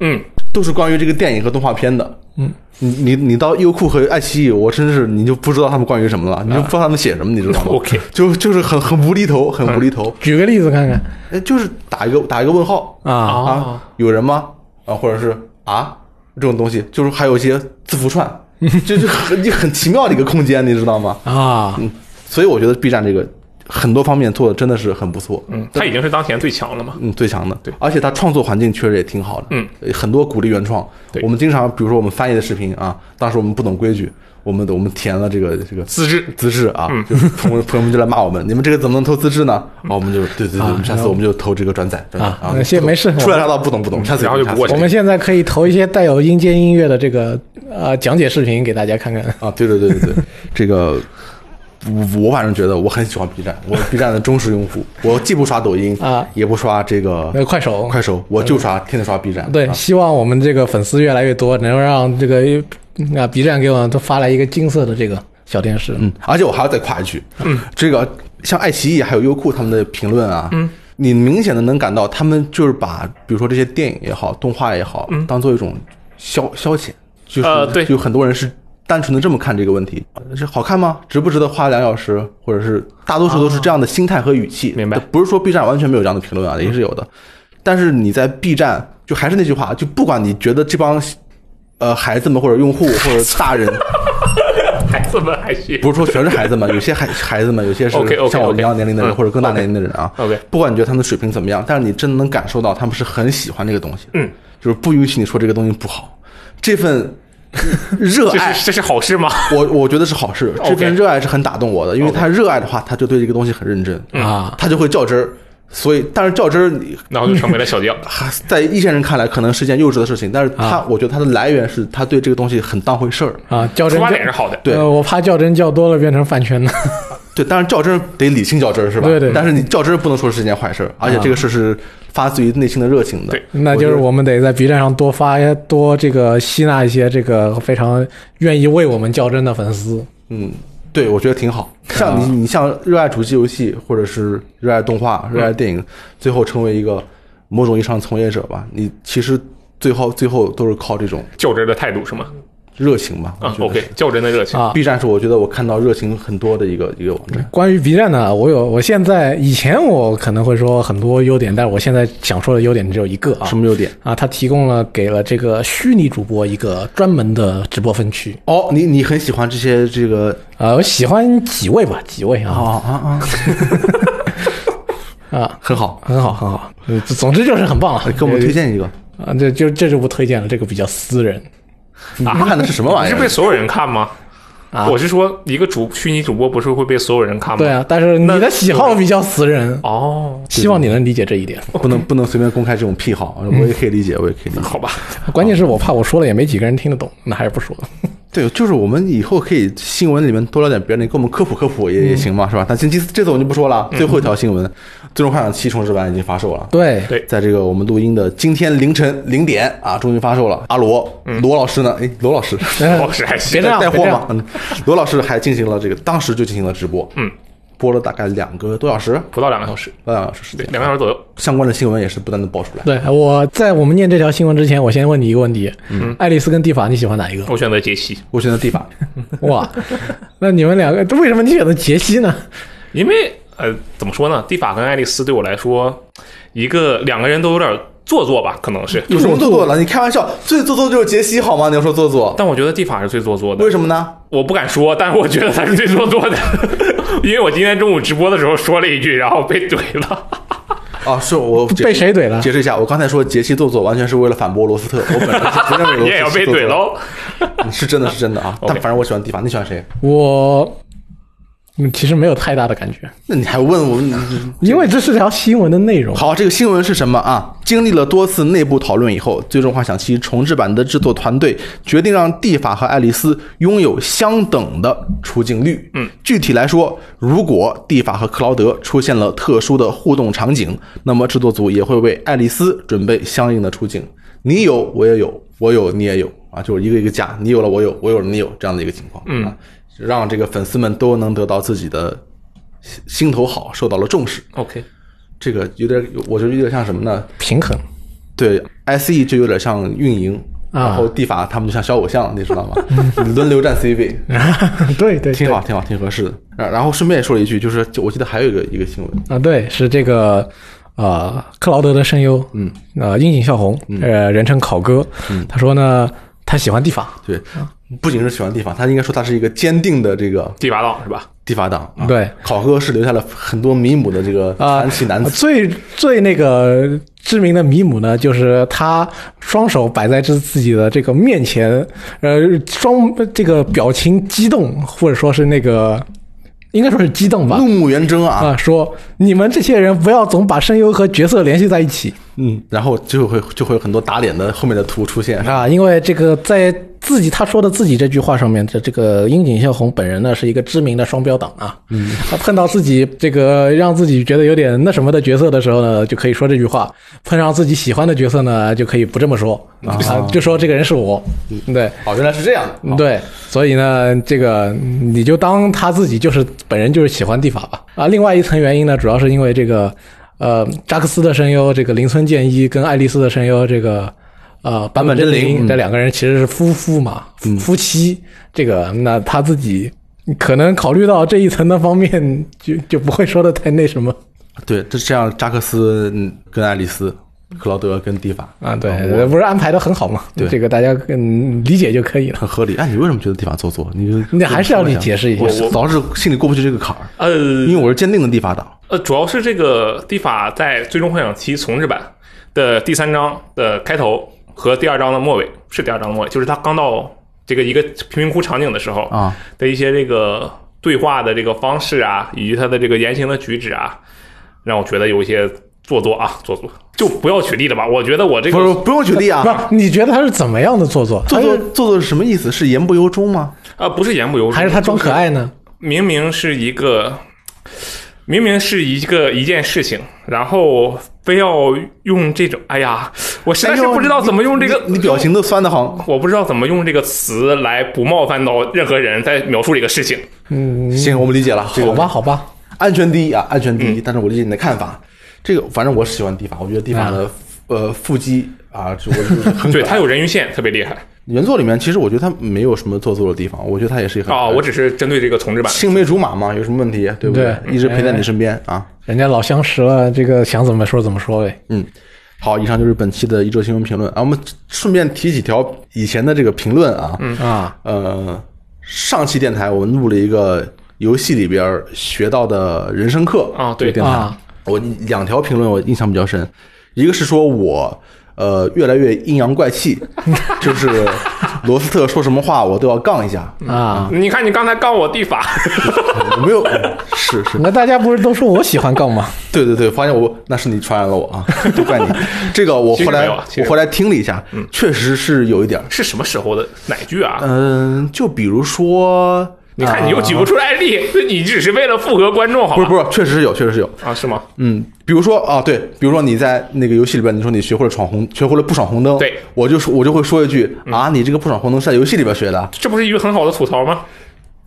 Speaker 3: 嗯，
Speaker 1: 都是关于这个电影和动画片的。嗯，你你你到优酷和爱奇艺，我真是你就不知道他们关于什么了，你就不知道他们写什么，你知道吗
Speaker 3: 啊 OK
Speaker 1: 就就是很很无厘头，很无厘头。
Speaker 2: 举个例子看看
Speaker 1: 哎，就是打一个打一个问号
Speaker 2: 啊，
Speaker 3: 哦
Speaker 1: 啊，有人吗？啊，或者是啊这种东西，就是还有一些字符串，这就很很奇妙的一个空间，你知道吗？
Speaker 2: 啊，
Speaker 1: 嗯，所以我觉得 B 站这个很多方面做的真的是很不错，
Speaker 3: 嗯，他已经是当前最强了嘛。
Speaker 1: 嗯，最强的，
Speaker 3: 对
Speaker 1: 而且它创作环境确实也挺好的，
Speaker 3: 嗯
Speaker 1: 呃，很多鼓励原创。
Speaker 3: 对
Speaker 1: 我们经常比如说我们翻译的视频啊，当时我们不懂规矩，我们我们填了这个这个
Speaker 3: 资质
Speaker 1: 资质啊，
Speaker 3: 嗯
Speaker 1: 就是朋友朋友们就来骂我们，你们这个怎么能投资质呢？啊，我们就对对对，我们下次我们就投这个转载转载
Speaker 2: 啊那些
Speaker 1: 不懂
Speaker 2: 没事
Speaker 1: 初来乍到不懂不懂，下次
Speaker 3: 然后就不过去
Speaker 2: 我们现在可以投一些带有阴间音乐的这个呃讲解视频给大家看看。
Speaker 1: 啊，对对对对对，这个。我我反正觉得我很喜欢 B 站，我是 B 站的忠实用户。我既不刷抖音
Speaker 2: 啊
Speaker 1: 也不刷这个
Speaker 2: 那快手，
Speaker 1: 快手，我就刷天天刷 B 站。
Speaker 2: 对，
Speaker 1: 啊
Speaker 2: 希望我们这个粉丝越来越多，能让这个嗯啊 B 站给我们都发来一个金色的这个小电视。
Speaker 1: 嗯，而且我还要再夸一句，嗯，这个像爱奇艺还有优酷他们的评论啊，嗯，你明显的能感到他们就是把比如说这些电影也好，动画也好，当做一种消消遣，就是、
Speaker 3: 嗯呃对
Speaker 1: 有很多人是。单纯的这么看这个问题，是好看吗？值不值得花两小时？或者是大多数都是这样的心态和语气。
Speaker 3: 明白嗯
Speaker 1: 不是说 B 站完全没有这样的评论啊，也是有的。但是你在 B 站，就还是那句话，就不管你觉得这帮呃孩子们或者用户或者大人
Speaker 3: 孩子们还行。
Speaker 1: 不是说全是孩子们，有些孩 孩子们，有些是
Speaker 3: OK，OK，OK
Speaker 1: 像我们一样年龄的人
Speaker 3: 嗯
Speaker 1: 或者更大年龄的人啊。
Speaker 3: OK
Speaker 1: 不管你觉得他们的水平怎么样，但是你真的能感受到他们是很喜欢这个东西，
Speaker 3: 嗯，
Speaker 1: 就是不允许你说这个东西不好，这份热
Speaker 3: 这
Speaker 1: 爱
Speaker 3: 是。这是好事吗？
Speaker 1: 我 我觉得是好事，这
Speaker 3: OK
Speaker 1: 份热爱是很打动我的，因为他热爱的话，他就对这个东西很认真
Speaker 3: 嗯
Speaker 2: 啊
Speaker 1: 他就会较真儿。所以，但是较真儿，你
Speaker 3: 然后就成为了小将。
Speaker 1: 还在一些人看来可能是件幼稚的事情，但是他，
Speaker 3: 啊
Speaker 1: 我觉得他的来源是他对这个东西很当回事儿。
Speaker 2: 啊，较
Speaker 3: 出
Speaker 2: 真
Speaker 3: 发
Speaker 2: 较
Speaker 3: 点是好的，
Speaker 1: 对
Speaker 2: 呃我怕较真较多了变成饭圈了。
Speaker 1: 对，当然较真儿得理性较真儿是吧？
Speaker 2: 对啊对
Speaker 1: 但是你较真儿不能说是一件坏事儿，而且这个事是发自于内心的热情的。
Speaker 3: 对
Speaker 2: 那就是我们得在 B 站上多发哎多这个吸纳一些这个非常愿意为我们较真的粉丝。
Speaker 1: 嗯，对，我觉得挺好。像
Speaker 2: 啊
Speaker 1: 你，你像热爱主机游戏，或者是热爱动画、热
Speaker 2: 嗯
Speaker 1: 爱电影，最后成为一个某种意义上的从业者吧，你其实最后最后都是靠这种
Speaker 3: 较真的态度是吗？
Speaker 1: 热情吧。我
Speaker 3: 啊
Speaker 1: 觉得
Speaker 3: ，OK，较真的热情
Speaker 2: 啊
Speaker 1: B 站是我觉得我看到热情很多的一个一个网站。
Speaker 2: 关于 B 站呢，我有，我现在以前我可能会说很多优点，但是我现在想说的优点只有一个啊
Speaker 1: 什么优点？
Speaker 2: 啊，它提供了给了这个虚拟主播一个专门的直播分区。
Speaker 1: 哦，你你很喜欢这些这个
Speaker 2: 啊，我喜欢几位吧，几位啊、
Speaker 1: 啊啊
Speaker 2: 啊，
Speaker 1: 很好，哎
Speaker 2: 很好很好，呃总之就是很棒了。
Speaker 1: 给我们推荐一个。
Speaker 2: 啊，这就这就不推荐了，这个比较私人。
Speaker 1: 你
Speaker 3: 啊
Speaker 1: 看的是什么玩意
Speaker 3: 你 是被
Speaker 1: 儿？
Speaker 3: 所有人看吗？
Speaker 2: 啊
Speaker 3: 我是说，一个主虚拟主播不是会被所有人看吗？
Speaker 2: 对啊，但是你的喜好比较私人，
Speaker 3: 哦，
Speaker 2: 希望你能理解这一点。
Speaker 1: 不能不能随便公开这种癖好，
Speaker 2: 嗯
Speaker 1: 我也可以理解，我也可以理解。
Speaker 3: 好吧，
Speaker 2: 关键是我怕我说了也没几个人听得懂，那还是不说了。
Speaker 1: 对，就是我们以后可以新闻里面多聊点别人的，给我们科普科普
Speaker 2: 嗯
Speaker 1: 也、也行嘛，是吧？但这这这次我们就不说了。最后一条新闻，最终幻想七重置版已经发售了。
Speaker 2: 对
Speaker 3: 对
Speaker 1: 在这个我们录音的今天凌晨零点啊，终于发售了。阿罗，罗老师呢？哎，罗老师，
Speaker 3: 老师还行
Speaker 2: 嗯别这样
Speaker 1: 带货
Speaker 2: 别这
Speaker 1: 嘛
Speaker 2: 样。
Speaker 1: 嗯罗老师还进行了这个，当时就进行了直播，
Speaker 3: 嗯，
Speaker 1: 播了大概两个多小时，
Speaker 3: 不到两个小时，
Speaker 1: 半个小时时
Speaker 3: 对，
Speaker 1: 间，
Speaker 3: 两个小时左右。
Speaker 1: 相关的新闻也是不断的爆出来。
Speaker 2: 对，我在我们念这条新闻之前，我先问你一个问题：嗯，爱丽丝跟蒂法，你喜欢哪一个？
Speaker 3: 我选择杰西，
Speaker 1: 我选择蒂法，
Speaker 2: 哇， 那你们两个为什么你选择杰西呢？
Speaker 3: 因为呃，怎么说呢？蒂法跟爱丽丝对我来说，一个两个人都有点做作吧，可能是。
Speaker 1: 有什么做作了？你开玩笑，最做作就是杰西好吗？你要说做作，
Speaker 3: 但我觉得蒂法是最做作的
Speaker 1: 为，什么呢？
Speaker 3: 我不敢说，但是我觉得他是最做作的， 因为我今天中午直播的时候说了一句，然后被怼 了。
Speaker 1: 啊，是 我解
Speaker 2: 被谁怼了
Speaker 1: 解释一下，我刚才说杰西做作，完全是为了反驳罗斯特。我本来 是不认为罗斯特
Speaker 3: 你也要被怼喽？
Speaker 1: 嗯是真的是真的啊。但
Speaker 3: OK
Speaker 1: 反正我喜欢蒂法，你喜欢谁？
Speaker 2: 我嗯其实没有太大的感觉，
Speaker 1: 那你还问我？你
Speaker 2: 因为这是条新闻的内容。
Speaker 1: 好，这个新闻是什么啊？经历了多次内部讨论以后，《最终幻想七》重置版的制作团队决定让蒂法和爱丽丝拥有相等的出镜率。嗯，具体来说，如果蒂法和克劳德出现了特殊的互动场景，那么制作组也会为爱丽丝准备相应的出镜。你有，我也有，我有，你也有啊，就是一个一个加，你有了我有，我有了你有这样的一个情况。嗯、啊，让这个粉丝们都能得到自己的心心头好，受到了重视。
Speaker 3: OK，
Speaker 1: 这个有点，我觉得有点像什么呢？
Speaker 2: 平衡
Speaker 1: 对，ICE 就有点像运营，
Speaker 2: 啊
Speaker 1: 然后地法他们就像小偶像，你知 道吗？轮流站 C 位，
Speaker 2: 对 对
Speaker 1: 挺好，挺好，挺合适的。啊然后顺便也说了一句，就是就我记得还有一个一个新闻，
Speaker 2: 啊，对，是这个呃，克劳德的声优，嗯，呃，樱井孝宏，
Speaker 1: 嗯
Speaker 2: 呃，人称考哥，他说呢，他喜欢地法，
Speaker 1: 对，不仅是喜欢地法，他应该说他是一个坚定的这个
Speaker 3: 第八档是吧？
Speaker 1: 地法党。啊
Speaker 2: 对，
Speaker 1: 考哥是留下了很多米姆的这个
Speaker 2: 啊
Speaker 1: 传奇男子。
Speaker 2: 最最那个知名的米姆呢，就是他双手摆在自自己的这个面前，呃，双这个表情激动，或者说是那个，应该说是激动吧
Speaker 1: 怒。目圆睁啊，
Speaker 2: 啊，说你们这些人不要总把声优和角色联系在一起
Speaker 1: 嗯，然后就会就会有很多打脸的后面的图出现，
Speaker 2: 啊，因为这个在自己他说的自己这句话上面，这这个樱井孝宏本人呢是一个知名的双标党啊，嗯，他碰到自己这个让自己觉得有点那什么的角色的时候呢，就可以说这句话；碰上自己喜欢的角色呢，就可以不这么说啊，就说这个人是我，对。
Speaker 1: 哦，原来是这样的，
Speaker 2: 对，所以呢，这个你就当他自己就是本人就是喜欢地法吧。啊，另外一层原因呢，主要是因为这个，呃，扎克斯的声优这个林村健一跟爱丽丝的声优这个，呃，
Speaker 1: 坂
Speaker 2: 坂本
Speaker 1: 本真绫
Speaker 2: 绫
Speaker 1: 嗯
Speaker 2: 这两个人其实是夫妇嘛，夫妻。这个那他自己可能考虑到这一层的方面，就 就不会说的太那什么。
Speaker 1: 对，这这样扎克斯嗯跟爱丽丝、克劳德跟蒂法
Speaker 2: 啊，对
Speaker 1: 我，
Speaker 2: 不是安排的很好嘛？
Speaker 1: 对
Speaker 2: 这个大家嗯理解就可以了。
Speaker 1: 很合理。哎，你为什么觉得地法做作？你
Speaker 2: 你还是要你解释一下
Speaker 1: 我我老是心里过不去这个坎儿，
Speaker 3: 呃
Speaker 1: 因为我是坚定的地法党。
Speaker 3: 呃，主要是这个地法在《最终幻想七重置版》的第三章的开头和第二章的末尾，是第二章的末尾，就是他刚到这个一个贫民窟场景的时候
Speaker 1: 啊
Speaker 3: 的一些这个对话的这个方式啊，以及他的这个言行的举止啊，让我觉得有一些做作啊，做作。就不要举例了吧，我觉得我这
Speaker 1: 不是
Speaker 3: 个，
Speaker 1: 不用举例啊
Speaker 2: 不，是，哎你觉得他是怎么样的做作？
Speaker 1: 做
Speaker 2: 他
Speaker 1: 作
Speaker 2: 是
Speaker 1: 做作是什么意思？是言不由衷吗？
Speaker 3: 啊不是言不由衷，
Speaker 2: 还是他装可爱呢？
Speaker 3: 明明是一个，明明是一个一件事情，然后非要用这种，哎呀，我实在是不知道怎么用这个，
Speaker 1: 哎你表情都酸的慌。
Speaker 3: 我不知道怎么用这个词来不冒犯到任何人，在描述这个事情。
Speaker 2: 嗯，
Speaker 1: 行，我们理解了。这个
Speaker 2: 好吧，好嗯吧，
Speaker 1: 安全第一啊，安全第一。但是我理解你的看法，这个反正我喜欢迪法，我觉得迪法
Speaker 2: 嗯
Speaker 1: 的、呃腹肌啊，就我就是很
Speaker 3: 对，
Speaker 1: 可爱
Speaker 3: 它有人鱼线，特别厉害
Speaker 1: 原作里面，其实我觉得他没有什么做作的地方，我觉得他也是一个
Speaker 3: 啊、我只是针对这个重置版。
Speaker 1: 青梅竹马嘛，有什么问题对不
Speaker 2: 对哎
Speaker 1: 一直陪在你身边啊。
Speaker 2: 人家老相识了，这个想怎么说怎么说呗。
Speaker 1: 嗯，好，以上就是本期的一周新闻评论啊。我们顺便提几条以前的这个评论啊。嗯
Speaker 2: 啊，
Speaker 1: 呃，上期电台我们录了一个游戏里边学到的人生课
Speaker 3: 啊对
Speaker 1: 这个电台
Speaker 2: 啊
Speaker 1: 我两条评论我印象比较深，一个是说我呃越来越阴阳怪 气，就是罗斯特说什么话我都要杠一下，
Speaker 2: 啊，
Speaker 3: 你看，你刚才告我地法，
Speaker 1: 我没有， 是是，
Speaker 2: 那大家不是都说我喜欢杠 吗？
Speaker 1: 对对对，发现我那是你传染了我啊，都怪你。这个我
Speaker 3: 其实
Speaker 1: 后来
Speaker 3: 没有啊其实嗯
Speaker 1: 我后来听了一下，确实是有一点儿，
Speaker 3: 是什么时候的哪句啊？
Speaker 1: 嗯，就比如说，
Speaker 3: 你看，你啊又举不出来案例， 你只是为了附和观众，
Speaker 1: 啊
Speaker 3: 好
Speaker 1: 不
Speaker 3: 吧？
Speaker 1: 是不是，确实是有，确实是有，
Speaker 3: 啊，是吗？
Speaker 1: 嗯，比如说啊，对，比如说你在那个游戏里边，你说你学会了闯红，学会了不闯红灯，
Speaker 3: 对嗯
Speaker 1: 我就说我就会说一句啊，你这个不闯红灯是在游戏里边学的，
Speaker 3: 这不是一个很好的吐槽吗？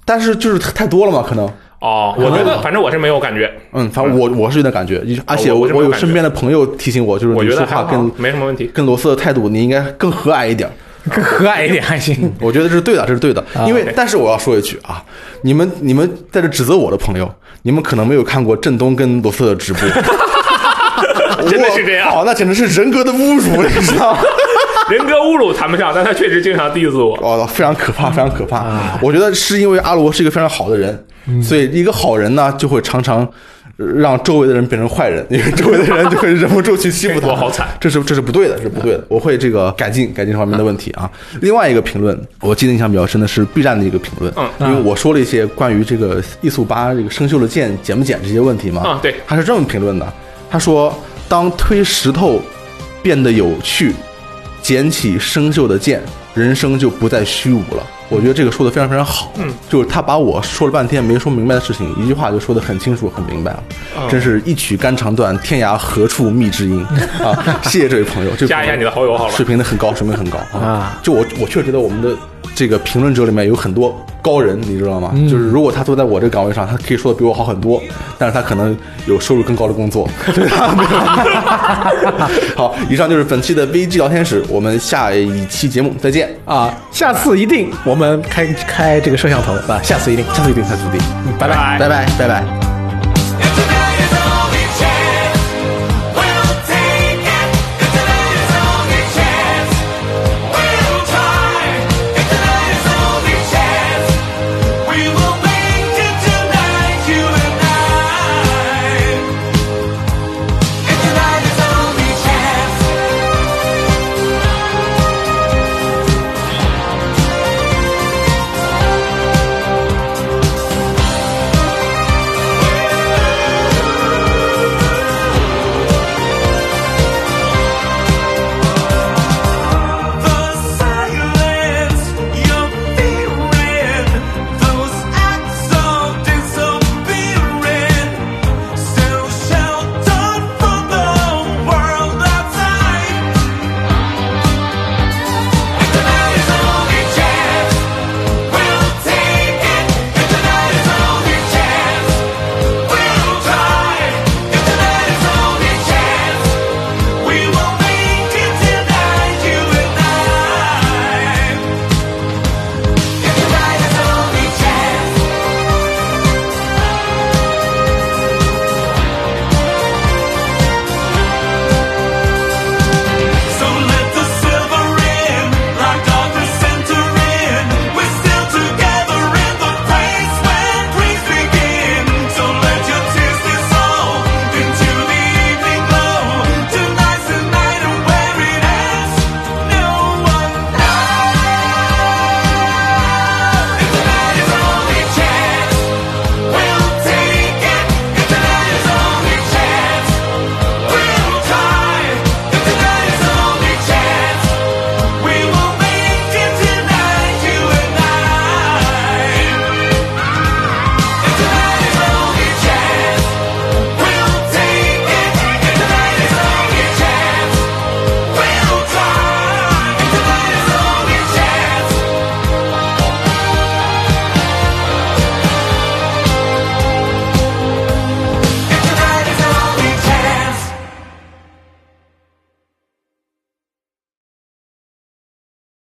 Speaker 1: 但是就是太多了嘛，可能。
Speaker 3: 哦，我觉得反正我是没有感觉，
Speaker 1: 嗯，反正我我是有点感觉，而且
Speaker 3: 我
Speaker 1: 我
Speaker 3: 我是没有
Speaker 1: 有
Speaker 3: 感觉
Speaker 1: 身边的朋友提醒我，就是
Speaker 3: 我
Speaker 1: 你
Speaker 3: 觉
Speaker 1: 说
Speaker 3: 得还
Speaker 1: 话
Speaker 3: 好
Speaker 1: 跟，
Speaker 3: 没什么问题。
Speaker 1: 跟罗斯的态度，你应该更和蔼一点。
Speaker 2: 更和蔼一点还行。
Speaker 1: 我觉得这是对的，这是对的，因为但是我要说一句啊，你们你们在这指责我的朋友，你们可能没有看过振东跟罗斯的直播，
Speaker 3: 真的是这样
Speaker 1: 哦，那简直是人格的侮辱，你知道吗？
Speaker 3: 人格侮辱谈不上，但他确实经常 diss 我。
Speaker 1: 哦，非常可怕，非常可
Speaker 3: 嗯
Speaker 1: 怕。我觉得是因为阿罗是一个非常好的人，所以一个好人呢，就会常常让周围的人变成坏人，因为周围的人就会忍不住去欺负他。
Speaker 3: 我好惨，
Speaker 1: 这是这是不对的，这是不对的。我会这个改进改进这方面的问题啊。另外一个评论，我记得印象比较深的是 B 站的一个评论，
Speaker 3: 嗯
Speaker 1: 因为我说了一些关于这个艺速八这个生锈的剑剪不剪这些问题嘛，
Speaker 3: 嗯对
Speaker 1: 他是这么评论的，他说：“当推石头变得有趣，捡起生锈的剑，人生就不再虚无了。”我觉得这个说的非常非常好，嗯，就是他把我说了半天没说明白的事情，一句话就说的很清楚、很明白了，
Speaker 3: 哦
Speaker 1: 真是一曲肝肠断，天涯何处觅知 音啊！谢谢这位朋友，这位
Speaker 3: 加一下
Speaker 1: 朋
Speaker 3: 你
Speaker 1: 友
Speaker 3: 的好友好吧？
Speaker 1: 水平的很高，水平很高
Speaker 2: 啊！
Speaker 1: 就我我确实觉得我们的这个评论者里面有很多高人，你知道吗？就是如果他坐在我这个岗位上，他可以说的比我好很多，但是他可能有收入更高的工作。对吧 好，以上就是本期的 VG 聊天室，我们下一期节目再见，
Speaker 2: 啊，下次一定我们开开这个摄像头啊，下次一定，下次一定，下次一定。
Speaker 3: 哎
Speaker 1: 拜拜拜拜。拜拜